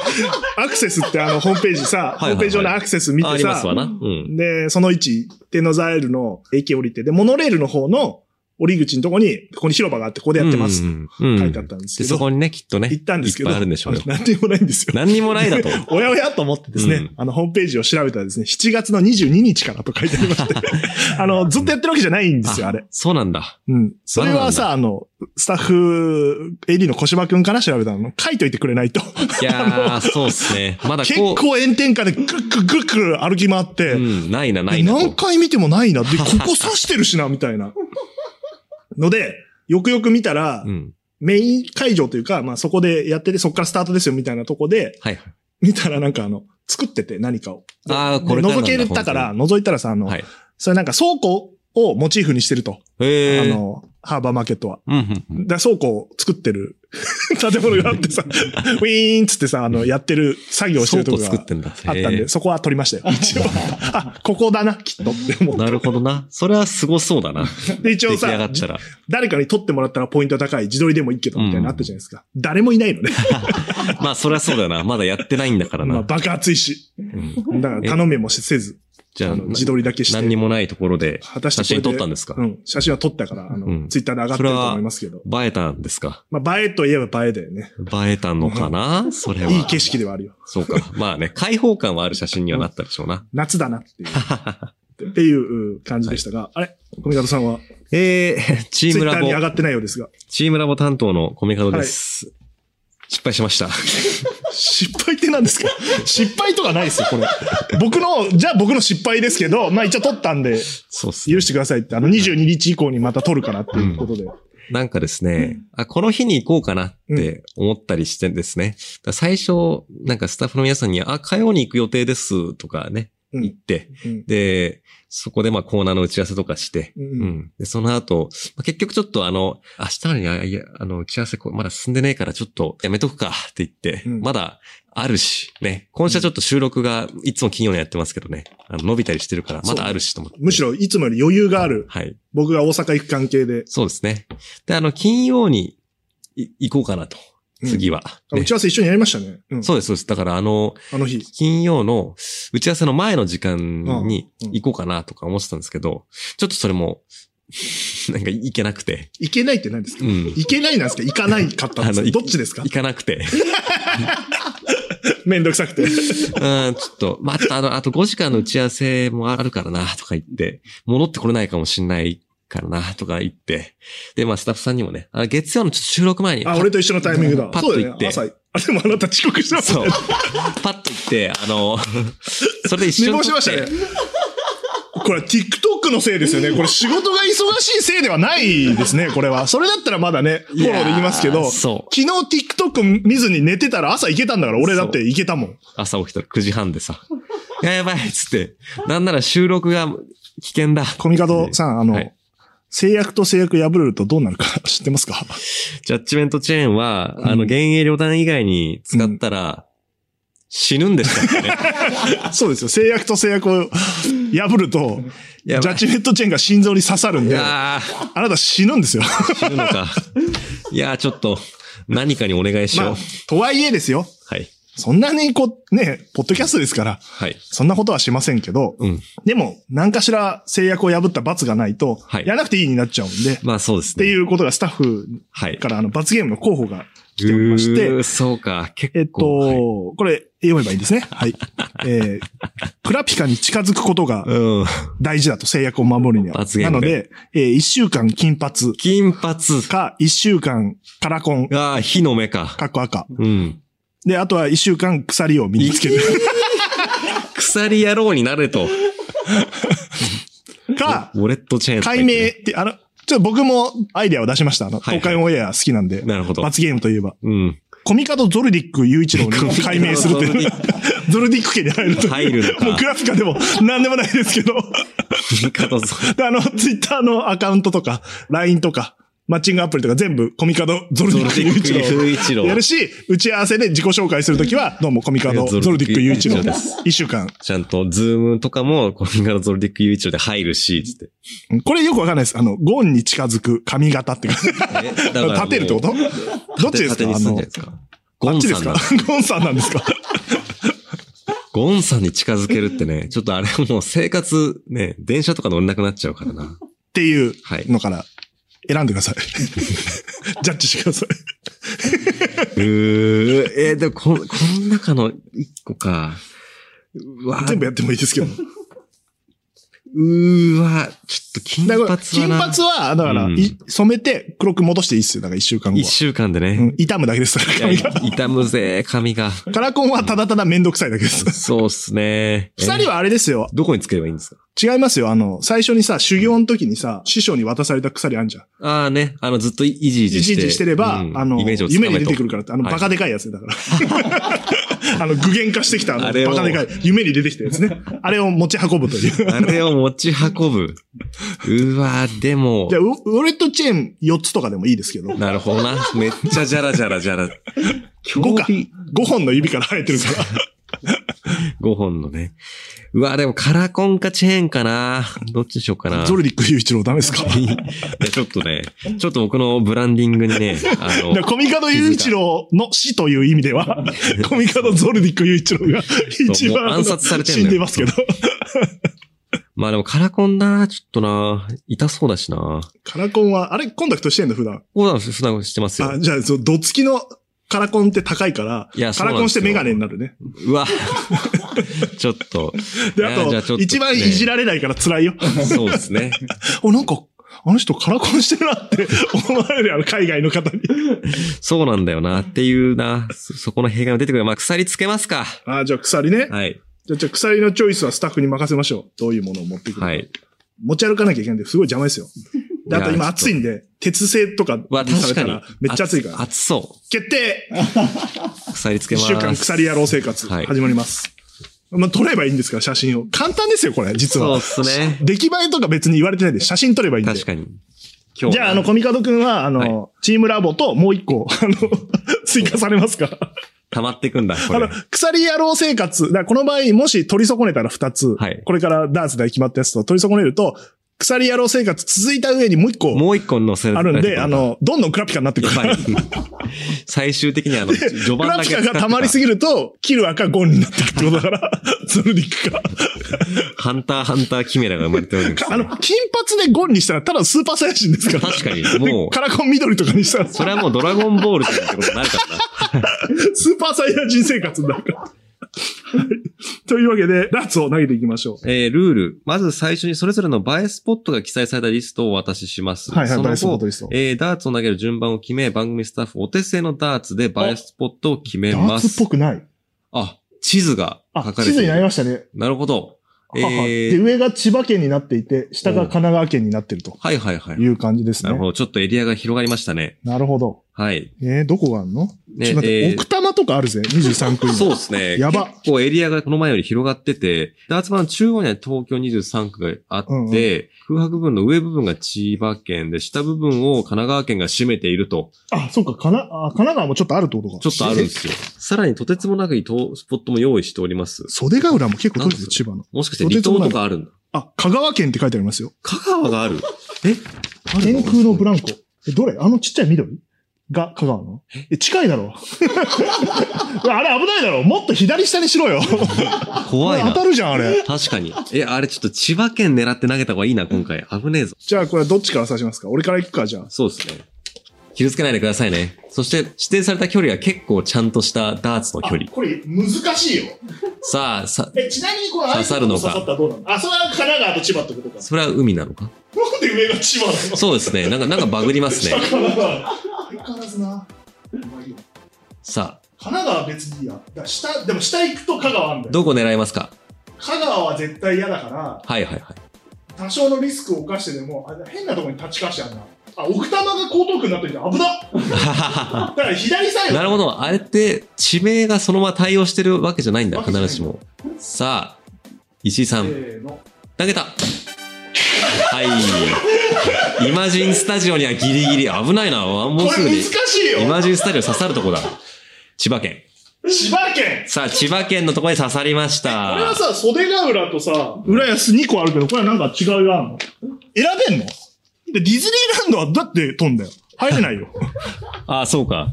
Speaker 1: アクセスってあの、ホームページさ、
Speaker 2: はいはいはい
Speaker 1: ホームページ上のアクセス見
Speaker 2: ああ
Speaker 1: て
Speaker 2: ります
Speaker 1: さ
Speaker 2: わ、な。うん。
Speaker 1: で、その1、天王ザエルの駅降りて、で、モノレールの方の降り口のとこに、ここに広場があって、ここでやってます。
Speaker 2: うんうんうん
Speaker 1: 書いてあったんですけ
Speaker 2: で、
Speaker 1: ど、
Speaker 2: そこにね、きっとね。
Speaker 1: 行ったんですけど、
Speaker 2: いっぱいあるんでしょうよ
Speaker 1: あ。の何にも ないん ですよ。
Speaker 2: 何にもな いだと。
Speaker 1: おやおやと思ってですね、
Speaker 2: うん
Speaker 1: あの、ホームページを調べたらですね、7月の22日からと書いてありま して、あの、ずっとやってるわけじゃないんですよ、あれ。
Speaker 2: そうなんだ。
Speaker 1: うん。それはさ、あの、スタッフ、AD の小島くんから調べたの、書いといてくれないと。
Speaker 2: いやー、そうっすね。まだ
Speaker 1: 結
Speaker 2: こう。
Speaker 1: 構炎天下でぐっぐっぐっぐる歩き回って、
Speaker 2: うん、ないな、ないな。
Speaker 1: 何回見てもないな。で、ここ刺してるしな、みたいな。ので、よくよく見たら、
Speaker 2: うん。
Speaker 1: メイン会場というか、まあそこでやってて、そこからスタートですよ、みたいなとこで、
Speaker 2: はいはい。
Speaker 1: 見たらなんかあの、作ってて何かを。
Speaker 2: あー
Speaker 1: で
Speaker 2: これからなん
Speaker 1: 覗
Speaker 2: だ
Speaker 1: けたから、覗いたらさ、あの、
Speaker 2: はい。
Speaker 1: それなんか倉庫をモチーフにしてると。
Speaker 2: へ
Speaker 1: あ
Speaker 2: ー。
Speaker 1: の、ハーバーマーケットは。
Speaker 2: うんうんうん。
Speaker 1: だから倉庫を作ってる 建物があって さ、ウィーンっつってさ、あの、やってる作業してるとこ
Speaker 2: 倉
Speaker 1: が
Speaker 2: 庫作ってんだ。あっ
Speaker 1: あったんで、そこは撮りま したよ。一応。あ、ここだな、きっとって思って
Speaker 2: なるほどな。それは凄そうだな。
Speaker 1: で、一
Speaker 2: 出
Speaker 1: 応
Speaker 2: 来上が
Speaker 1: さ
Speaker 2: っ、たら。
Speaker 1: 誰かに撮ってもらったらポイント高い、自撮りでもいいけど、みたいなのあったじゃないですか。誰もいないのね。
Speaker 2: まあ、それはそうだよな。まだやってないんだから
Speaker 1: まあ、
Speaker 2: な。
Speaker 1: 爆発いし。
Speaker 2: うん
Speaker 1: だから頼めもしせず、
Speaker 2: じゃ
Speaker 1: あ
Speaker 2: あ、
Speaker 1: の自撮りだけして。
Speaker 2: 何にもないところで、
Speaker 1: 果たして
Speaker 2: 写真撮ったんですか
Speaker 1: うん、写真は撮ったから、あの、
Speaker 2: うん
Speaker 1: ツイッターで上がってると思いますけど。
Speaker 2: 映えたんですか
Speaker 1: まあ、映えといえば映えだよね。
Speaker 2: 映えたのかなそれは。
Speaker 1: いい景色ではあるよ。
Speaker 2: そうか。まあね、開放感はある写真にはなったでしょ うな。
Speaker 1: 夏だなっていう。っていう感じでしたが、あれ小見方さんは、
Speaker 2: えー、チ
Speaker 1: ツイ
Speaker 2: ーム
Speaker 1: ッタ
Speaker 2: ラ
Speaker 1: ー
Speaker 2: ボ
Speaker 1: に上、がってないようですが、
Speaker 2: チームラボ担当のコミカドです。失敗しま した。
Speaker 1: 失敗って何ですか失敗とかないですよ、これ。僕の、じゃあ僕の失敗ですけど、まあ一応撮ったんで、
Speaker 2: そうっすね
Speaker 1: 許してくださいって、あの22日以降にまた撮るからっていうことで。
Speaker 2: なんかですね、あ、この日に行こうかなって思ったりしてですね。だから最初、なんかスタッフの皆さんに、あ、火曜に行く予定ですとか
Speaker 1: う
Speaker 2: ね、
Speaker 1: ん
Speaker 2: 言って、
Speaker 1: うん
Speaker 2: で、そこでまあコーナーの打ち合わせとかして、
Speaker 1: う
Speaker 2: うんん。で、その後、まあ、結局ちょっとあの、明日にあ、いや、あの、打ち合わせこうまだ進んでねえからちょっとやめとくかって言って、
Speaker 1: うん
Speaker 2: まだあるし、ね、今週はちょっと収録がいつも金曜にやってますけどね、あの伸びたりしてるから、まだあるしと思って。
Speaker 1: むしろいつもより余裕がある。
Speaker 2: はい。
Speaker 1: 僕が大阪行く関係で。
Speaker 2: そうですね。で、あの、金曜にい行こうかなと。
Speaker 1: うん
Speaker 2: 次は。
Speaker 1: あ打
Speaker 2: ね
Speaker 1: ち合わせ一緒にやりましたね。うん
Speaker 2: そうです、そうです。だから、あの、
Speaker 1: あの日。
Speaker 2: 金曜の打ち合わせの前の時間に
Speaker 1: うんうん
Speaker 2: 行こうかなとか思ってたんですけど、ちょっとそれも、 なんか行けなくて、
Speaker 1: 行けないって何ですか
Speaker 2: うん。
Speaker 1: 行けないなんですか行かないかったんですか
Speaker 2: あの
Speaker 1: どっちですか
Speaker 2: 行かなくて、
Speaker 1: めんどくさくて。
Speaker 2: うん、ちょっと、まあ、ちょっとあの、あと5時間の打ち合わせもあるからな、とか言って、戻ってこれないかもしんないからな、とか言って、で、まあ、スタッフさんにもね、あ月曜のちょっと収録前に、
Speaker 1: あ、俺と一緒のタイミングだ。
Speaker 2: パッ
Speaker 1: そ
Speaker 2: と
Speaker 1: うだ
Speaker 2: 行
Speaker 1: よ
Speaker 2: っ
Speaker 1: ね。
Speaker 2: て
Speaker 1: 朝行っあ、でもあなた遅刻したもんね
Speaker 2: そう。パッと行って、あの、それで一
Speaker 1: 寝
Speaker 2: 瞬。
Speaker 1: 坊しましたね。これ TikTok のせいですよね。これ仕事が忙しいせいではないですね、これは。それだったらまだね、フ
Speaker 2: い
Speaker 1: ォ
Speaker 2: やー
Speaker 1: ローできますけど、
Speaker 2: そ
Speaker 1: 昨日 TikTok 見ずに寝てたら朝行けたんだから、俺だって行けたもん。
Speaker 2: 朝起きたら9時半でさ。いや、やばいっつって。なんなら収録が危険だ。
Speaker 1: コミカドさん、あの、
Speaker 2: はい
Speaker 1: 制約と制約破れるとどうなるか知ってますか
Speaker 2: ジャッジメントチェーンは、あの、
Speaker 1: うん
Speaker 2: 幻影旅団以外に使ったら、死ぬんでし たっけね。
Speaker 1: そうですよ。制約と制約を破ると、ジ
Speaker 2: や
Speaker 1: ャ
Speaker 2: ばい
Speaker 1: ッジメントチェーンが心臓に刺さるん
Speaker 2: い
Speaker 1: で、あ
Speaker 2: やー
Speaker 1: なた死ぬんですよ。
Speaker 2: 死ぬ のか。いやーちょっと、何かにお願いしよう。
Speaker 1: まあ、とはいえですよ。
Speaker 2: はい。
Speaker 1: そんなにこう、ね、ポッドキャストですから、
Speaker 2: はい。
Speaker 1: そんなことはしませんけど、
Speaker 2: うん。
Speaker 1: でも、何かしら制約を破った罰がないと、
Speaker 2: はい
Speaker 1: やらなくていいになっちゃうんで、っ
Speaker 2: まあそうです
Speaker 1: て
Speaker 2: ね。
Speaker 1: いうことがスタッフ
Speaker 2: はい。
Speaker 1: からあの罰ゲームの候補が来ておりまし
Speaker 2: う
Speaker 1: て
Speaker 2: ー、そうか。
Speaker 1: えっ
Speaker 2: 結
Speaker 1: と、
Speaker 2: 構。
Speaker 1: これ読めばいいんですね。はい。えー、クラピカに近づくことが
Speaker 2: うん。
Speaker 1: 大事だと制約を守るには。
Speaker 2: 罰ゲー
Speaker 1: なの
Speaker 2: ムで
Speaker 1: で、えー、一週間金髪
Speaker 2: 金髪。
Speaker 1: か、一週間カラコン、
Speaker 2: ああ、火の目か。
Speaker 1: かっこ赤。
Speaker 2: うん。
Speaker 1: で、あとは一週間鎖を身につける。
Speaker 2: 鎖野郎になれと。
Speaker 1: か、
Speaker 2: ウォレットチェーン。
Speaker 1: 解明っ。て、あの、ちょっと僕もアイデアを出しました。あの、
Speaker 2: はいはい
Speaker 1: 東海オンエア好きなんで。
Speaker 2: なるほど。
Speaker 1: 罰ゲームといえば。
Speaker 2: うん。
Speaker 1: コミカドゾルディック雄一郎に解明するという。 ゾルディック家に入るという。
Speaker 2: 入るのか
Speaker 1: もうグラフィカでも何でもないですけど。
Speaker 2: 金髪。
Speaker 1: であの、ツイッターのアカウントとか、LINE とか、マッチングアプリとか全部コミカドゾル
Speaker 2: ゾ
Speaker 1: デ
Speaker 2: ル
Speaker 1: ィ
Speaker 2: デ
Speaker 1: ック
Speaker 2: ィ
Speaker 1: 雄
Speaker 2: ック
Speaker 1: 一郎。
Speaker 2: 雄一郎。
Speaker 1: やるし、打ち合わせで自己紹介するときは、どうもコミカド
Speaker 2: ゾ
Speaker 1: ゾル
Speaker 2: ル
Speaker 1: デ
Speaker 2: デ
Speaker 1: ィック
Speaker 2: ィック
Speaker 1: 雄
Speaker 2: 雄
Speaker 1: 一
Speaker 2: 一
Speaker 1: 郎
Speaker 2: 郎
Speaker 1: で
Speaker 2: ですす。
Speaker 1: 一週間。
Speaker 2: ちゃんと、ズームとかも、コミカルゾルディック雄一郎で入るし、つって。
Speaker 1: これよくわかんないです。あの、ゴンに近づく髪型って感じ。
Speaker 2: え
Speaker 1: 立てるってことどっちですか
Speaker 2: 縦に
Speaker 1: あ
Speaker 2: 進んじゃうん
Speaker 1: の
Speaker 2: で、すかゴ
Speaker 1: あっ
Speaker 2: ン
Speaker 1: ちで
Speaker 2: さ
Speaker 1: す
Speaker 2: ん
Speaker 1: か
Speaker 2: だ。
Speaker 1: ゴンさんなんですか
Speaker 2: ゴンさんに近づけるって ね、ちょっとあれもう生活、ね、電車とか乗れなくなっちゃうからな。
Speaker 1: っ ていう
Speaker 2: はい
Speaker 1: のから選んでくだ さい。ジャッジしてください。
Speaker 2: うー、えーでもこ、この中の一個か。うわ
Speaker 1: 全部やってもいいですけど。
Speaker 2: うーわ、ちょっと金
Speaker 1: だ
Speaker 2: 髪
Speaker 1: か
Speaker 2: はな
Speaker 1: ら金髪は、だから、
Speaker 2: うん
Speaker 1: い染めて黒く戻していいっすよ。だから一週間後
Speaker 2: 一
Speaker 1: は。
Speaker 2: 週間で
Speaker 1: う
Speaker 2: ね。
Speaker 1: ん、痛むだけです。だから
Speaker 2: いや
Speaker 1: 髪が。
Speaker 2: 痛むぜ、髪が。
Speaker 1: カラコンはただただめんどくさいだけです。
Speaker 2: そうっすね。え
Speaker 1: 二人はあれですよ。
Speaker 2: どこにつければいいんですか
Speaker 1: 違いますよ。あの、最初にさ、修行の時にさ、師匠に渡された鎖あんじゃん。
Speaker 2: ああね、あの、ずっといいじい
Speaker 1: い
Speaker 2: じし
Speaker 1: じ
Speaker 2: て。
Speaker 1: いじしてれば、
Speaker 2: うん
Speaker 1: あの、
Speaker 2: イメージをつかめ
Speaker 1: 夢に出てく
Speaker 2: る。
Speaker 1: るからって、あの、
Speaker 2: はい
Speaker 1: バカでかいやつねだ から。あの、具現化してきた、あの、
Speaker 2: あれを
Speaker 1: バカでかい、夢に出てきたやつね。あれを持ち運ぶと いう。
Speaker 2: あれを持ち運ぶ。うわでも
Speaker 1: じゃ。あウォウォレットチェーン4つとかでもいいですけど、5
Speaker 2: なるほどな。めっちゃじゃらじゃらじゃら。
Speaker 1: 五か本の指から生えてる から。
Speaker 2: 5本のね。うわでもカラコンかチェーンかな。どっちにしようかな。
Speaker 1: ゾルディック雄一郎ダメですか
Speaker 2: いやちょっとね、ちょっと僕のブランディングにね、あ の
Speaker 1: だから、コミカド雄一郎の死という意味で は、コミカドゾルディック雄一郎が一
Speaker 2: もう
Speaker 1: 番
Speaker 2: 暗殺されてん
Speaker 1: 死
Speaker 2: のよ
Speaker 1: んでますけど。
Speaker 2: まあでもカラコンな、ちょっとな、痛そうだしな。
Speaker 1: カラコンは、あれ、コンタクトしてんの普段。
Speaker 2: こうなんですよ、素直してますよ
Speaker 1: あ、。じゃあ、そう、どつきのカラコンって高いから
Speaker 2: いや、
Speaker 1: カラコンして
Speaker 2: そうな
Speaker 1: メ
Speaker 2: んですよ
Speaker 1: ガネになるね。
Speaker 2: うわ。ちょっと。
Speaker 1: で、あ
Speaker 2: いやじゃあちょ
Speaker 1: と
Speaker 2: っ、と
Speaker 1: 一番いじられないから辛いよ。
Speaker 2: そうですね。
Speaker 1: お、なんか、あの人カラコンしてるなって思われるよあの、海外の方に。
Speaker 2: そうなんだよな、っていうな、そそこの弊害も出てくる。まあ、鎖つけますか。
Speaker 1: あ、じゃあ鎖ね。
Speaker 2: はい。
Speaker 1: じゃあ、じゃあ鎖のチョイスはスタッフに任せましょう。どういうものを持ってくるか。
Speaker 2: はい。
Speaker 1: 持ち歩かなきゃいけないんで、すごい邪魔ですよ。で、
Speaker 2: い
Speaker 1: あ
Speaker 2: や
Speaker 1: と今暑いんで、鉄製とか
Speaker 2: わ、
Speaker 1: にされ
Speaker 2: 確か
Speaker 1: た
Speaker 2: に
Speaker 1: ら。めっちゃ暑いから。
Speaker 2: 暑そ
Speaker 1: 決定
Speaker 2: う。鎖つけ
Speaker 1: 一
Speaker 2: ます。
Speaker 1: 週間鎖野郎生活
Speaker 2: はい
Speaker 1: 始まります。まあ、撮ればいいんですから、写真を。簡単ですよ、これ、実
Speaker 2: そう
Speaker 1: は
Speaker 2: っ。すね。
Speaker 1: 出来栄えとか別に言われてないんで、写真撮ればいいんで。
Speaker 2: 確かに。今日。
Speaker 1: じゃあ、あの、、コミカドくんは、あの、
Speaker 2: は
Speaker 1: チームラボともう一個、 あの、追加されますか
Speaker 2: 溜まっていくんだ、こ
Speaker 1: あ
Speaker 2: れ
Speaker 1: の。、鎖野郎生活。だからこの場合、もし取り損ねたら二つ、
Speaker 2: はい
Speaker 1: これからダーツで決まったやつと取り損ねると、鎖野郎生活続いた上にもう一個
Speaker 2: もう一個載せ
Speaker 1: あるんで、あ、の、どんどんクラピカになってく
Speaker 2: や
Speaker 1: るか
Speaker 2: ば
Speaker 1: ら
Speaker 2: い。 最終的にあの、序
Speaker 1: ク
Speaker 2: 盤
Speaker 1: ラ
Speaker 2: だ
Speaker 1: ピ
Speaker 2: け使
Speaker 1: カ
Speaker 2: って
Speaker 1: が
Speaker 2: た。
Speaker 1: 溜まりすぎると、キルアかゴンになってるってことだから、 ゾルディックか。
Speaker 2: ハンター、ハンター、キメラが生まれてるんです
Speaker 1: あの、金髪でゴンにしたらただスーパーサイヤ人ですから。
Speaker 2: 確かに、もう、
Speaker 1: カラコン緑とかにしたら、ス
Speaker 2: それはもうドラゴンボールじゃないってことになるからな。
Speaker 1: ーパーサイヤ人生活になるから。というわけで、ラッツを投げていきましょ
Speaker 2: えールール。まず最初にそれぞれの映えスポットが記載されたリストをお渡しします。
Speaker 1: う。はいは
Speaker 2: そ
Speaker 1: い、
Speaker 2: の
Speaker 1: バイスポッ
Speaker 2: 後
Speaker 1: ト、リスト。
Speaker 2: えーダーツを投げる順番を決め、番組スタッフお手製のダーツで映えスポットを決め
Speaker 1: ダ
Speaker 2: ま
Speaker 1: ー
Speaker 2: す。
Speaker 1: ツっぽくない。
Speaker 2: あ、地図が書
Speaker 1: あ、
Speaker 2: かれ
Speaker 1: 地
Speaker 2: て
Speaker 1: 図
Speaker 2: い
Speaker 1: になり
Speaker 2: る。
Speaker 1: ましたね。
Speaker 2: なるほど。え
Speaker 1: ははで、
Speaker 2: ー、
Speaker 1: 上が千葉県になっていて、下が神奈川県になってると
Speaker 2: はいはいはい
Speaker 1: い。う感じです
Speaker 2: なるほ
Speaker 1: ね。
Speaker 2: ど。ちょっとエリアが広がりましたね。
Speaker 1: なるほど。
Speaker 2: はい。
Speaker 1: えー、どこがあんの
Speaker 2: ね
Speaker 1: ちょっと待って、
Speaker 2: えー
Speaker 1: 奥多摩とかあるぜ、23区に。
Speaker 2: そうですね。
Speaker 1: やば
Speaker 2: 結構エリアがこの前より広がってて、ダーツバーの中央には東京23区があって、
Speaker 1: うんうん
Speaker 2: 空白部分の上部分が千葉県で、下部分を神奈川県が占めていると、
Speaker 1: あ、そうか、かな、あ神奈川もちょっとあるってことか。
Speaker 2: ちょっとあるんですよ。さらにとてつもなくいとスポットも用意しております。
Speaker 1: 袖ヶ浦も結構取れてる、千葉の。
Speaker 2: もしかして離島とかあるんだ。
Speaker 1: あ、香川県って書いてありますよ。
Speaker 2: 香川がある。え
Speaker 1: 天空のブランコ。え、どれあのちっちゃい緑が香川のえ、近いだろ。 あれ危ないだろ。もっと左下にしろよ。
Speaker 2: 怖い
Speaker 1: 当
Speaker 2: な
Speaker 1: た。るじゃん、あれ。
Speaker 2: 確かに。え、あれちょっと千葉県狙って投げた方がいいな、今回。危ねえぞ。
Speaker 1: じゃあ、これはどっちから刺しますか俺から行くか、じゃあ。
Speaker 2: そうですね。傷つけないでくださいね。そして、指定された距離は結構ちゃんとしたダーツの距離。
Speaker 1: これ、難しいよ。
Speaker 2: さあ、さ、
Speaker 1: え、ちなみにこの
Speaker 2: 刺さるのか
Speaker 1: アイコンと刺さったらどうなのあ、それは神奈川と千葉ってことか。
Speaker 2: それは海なのか
Speaker 1: なんで上が千葉なの
Speaker 2: そうですね。なんか、なんかバグりますね。
Speaker 1: 神奈川。相変わらずな。まあいいよ
Speaker 2: さあ、
Speaker 1: 神奈川は別にいいや。だから下、でも下行くと香川あんだよ。
Speaker 2: どこ狙いますか
Speaker 1: 香川は絶対嫌だから、
Speaker 2: はいはいはい。
Speaker 1: 多少のリスクを冒してでも、あ変なところに立ち返してあんな。あ、奥多摩が江東区になっといて危なだから左サイド。
Speaker 2: なるほど。あれって、地名がそのまま対応してるわけじゃないんだ。
Speaker 1: わ
Speaker 2: 必
Speaker 1: けじゃない
Speaker 2: ずしも。さあ、石井さ
Speaker 1: せ
Speaker 2: ん、
Speaker 1: ーの。
Speaker 2: 投げたはい。イマジンスタジオにはギリギリ。危ないな。もう
Speaker 1: こ
Speaker 2: す
Speaker 1: れ
Speaker 2: ぐ
Speaker 1: 難
Speaker 2: に。
Speaker 1: しい
Speaker 2: イ
Speaker 1: よ
Speaker 2: マジンスタジオ刺さるとこだ。千葉県。
Speaker 1: 千葉県
Speaker 2: さあ、千葉県のところに刺さりまし
Speaker 1: これは
Speaker 2: た。
Speaker 1: さ、袖ヶ浦とさ、浦安2個あるけど、これはなんか違いがあるの選べんので、ディズニーランドはだって飛んだよ。入れないよ。
Speaker 2: あ、そうか。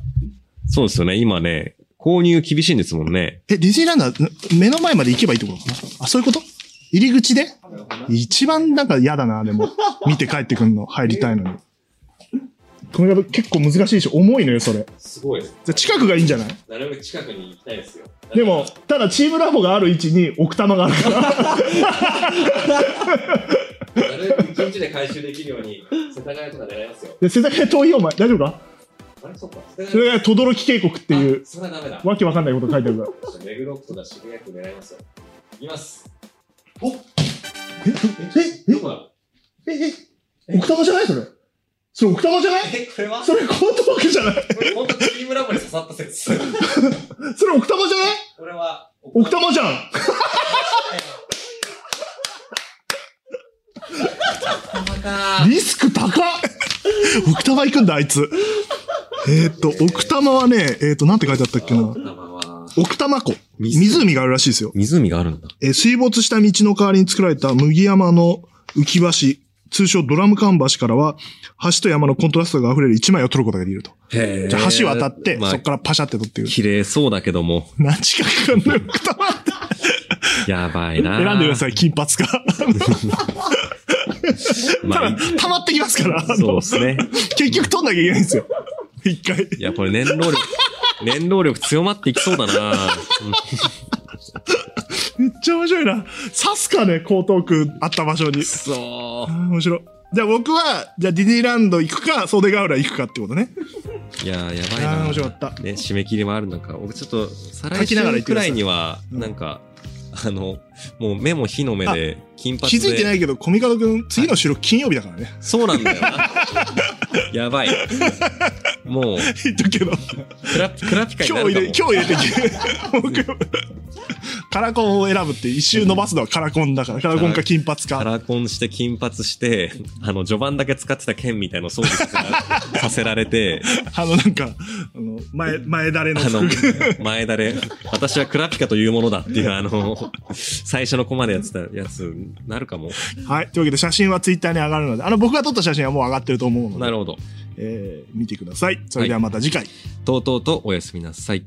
Speaker 2: そうですよね。今ね、購入厳しいんですもんね。
Speaker 1: え、ディズニーランドは目の前まで行けばいいってことかなあ、そういうこと入り口で一番なんか嫌だな、で も。見て帰ってくんの、入りたいのに。これが結構難しいでしょ重いのよ、それ。
Speaker 2: すごい。
Speaker 1: じゃあ近くがいいんじゃない
Speaker 2: なるべく近くに行きたいですよ。
Speaker 1: でも、ただチームラボがある位置に奥多摩があるから。
Speaker 2: なるべく一日で回収できるように、世田谷とか狙いますよ。
Speaker 1: で、世田谷遠いよ、お前。大丈夫か
Speaker 2: あれ、そっか。
Speaker 1: それが轟渓谷っていう、
Speaker 2: それはダメだ。
Speaker 1: わけわかんないこと書いてあるから。
Speaker 2: 目黒区とか渋谷区狙いますよ。います。
Speaker 1: え
Speaker 2: こだ
Speaker 1: えええ奥多摩じゃないそれ。それ奥多摩じゃない
Speaker 2: え、これは
Speaker 1: それ江東区じゃない
Speaker 2: これ本当チームラボに刺さった説。
Speaker 1: それ奥多摩じゃない
Speaker 2: これは、
Speaker 1: 奥多摩じゃんリスク高っ奥多摩行くんだ、あいつ。えーっと、奥多摩はね、えーっと、なんて書いてあったっけな。奥多摩湖。湖があるらしいですよ。
Speaker 2: 湖があるんだ。
Speaker 1: えー水没した道の代わりに作られた麦山の浮き橋、通称ドラム缶橋からは、橋と山のコントラストが溢れる一枚を取ることができると。
Speaker 2: へ
Speaker 1: じゃあ橋渡って、
Speaker 2: まあ
Speaker 1: そこからパシャって取っていく。
Speaker 2: 綺麗そうだけども、
Speaker 1: 何時間かかんの奥多摩って。
Speaker 2: やばいな。
Speaker 1: 選んでください、金髪か。
Speaker 2: まあ、
Speaker 1: た溜まってきますから、あ
Speaker 2: そう
Speaker 1: の
Speaker 2: ですね。
Speaker 1: 結局取んなきゃいけないんですよ。一回。
Speaker 2: いや、これ念能力、 念能力強まっていきそうだな。
Speaker 1: めっちゃ面白いな。刺すかね、江東区あった場所に
Speaker 2: く。そ
Speaker 1: あー面白い。じゃあ僕は、じゃあディズニーランド行くか、袖ヶ浦行くかってことね。
Speaker 2: ー。いやー、やばい
Speaker 1: ああー、
Speaker 2: な。
Speaker 1: 面白かった。
Speaker 2: ね、締め切りもある中、僕ちょっと、再
Speaker 1: 書
Speaker 2: 来
Speaker 1: きながら言
Speaker 2: 週
Speaker 1: って
Speaker 2: く
Speaker 1: くだ
Speaker 2: ら
Speaker 1: さい
Speaker 2: いには、なんか、あの、もう目も火の目で、金髪で。
Speaker 1: 気づいてないけど、コミカドくん、次の収録金曜日だからね。
Speaker 2: そうなんだよな。やばい。もう、
Speaker 1: 言っとくけど、
Speaker 2: クラ、クラピカに
Speaker 1: 今
Speaker 2: な
Speaker 1: 日入
Speaker 2: る
Speaker 1: れ、
Speaker 2: かも。
Speaker 1: 今日入れてき僕、カラコンを選ぶって、一周伸ばすのはカラコンだから、カラコンか金髪
Speaker 2: カ
Speaker 1: か。
Speaker 2: ラコンして金髪して、あの、序盤だけ使ってた剣みたいの装備させらさせられて、
Speaker 1: あの、なんか、あの、前、前だれの
Speaker 2: あの
Speaker 1: 服。、
Speaker 2: 前だれ、私はクラピカというものだっていう、あの、最初のコマでやってたやつ、なるかも。
Speaker 1: はい。というわけで、写真はツイッターに上がるので、あの、僕が撮った写真はもう上がってると思うので、
Speaker 2: なるほど。
Speaker 1: えー見てください。それではまた次回。
Speaker 2: とうとうとおやすみなさい。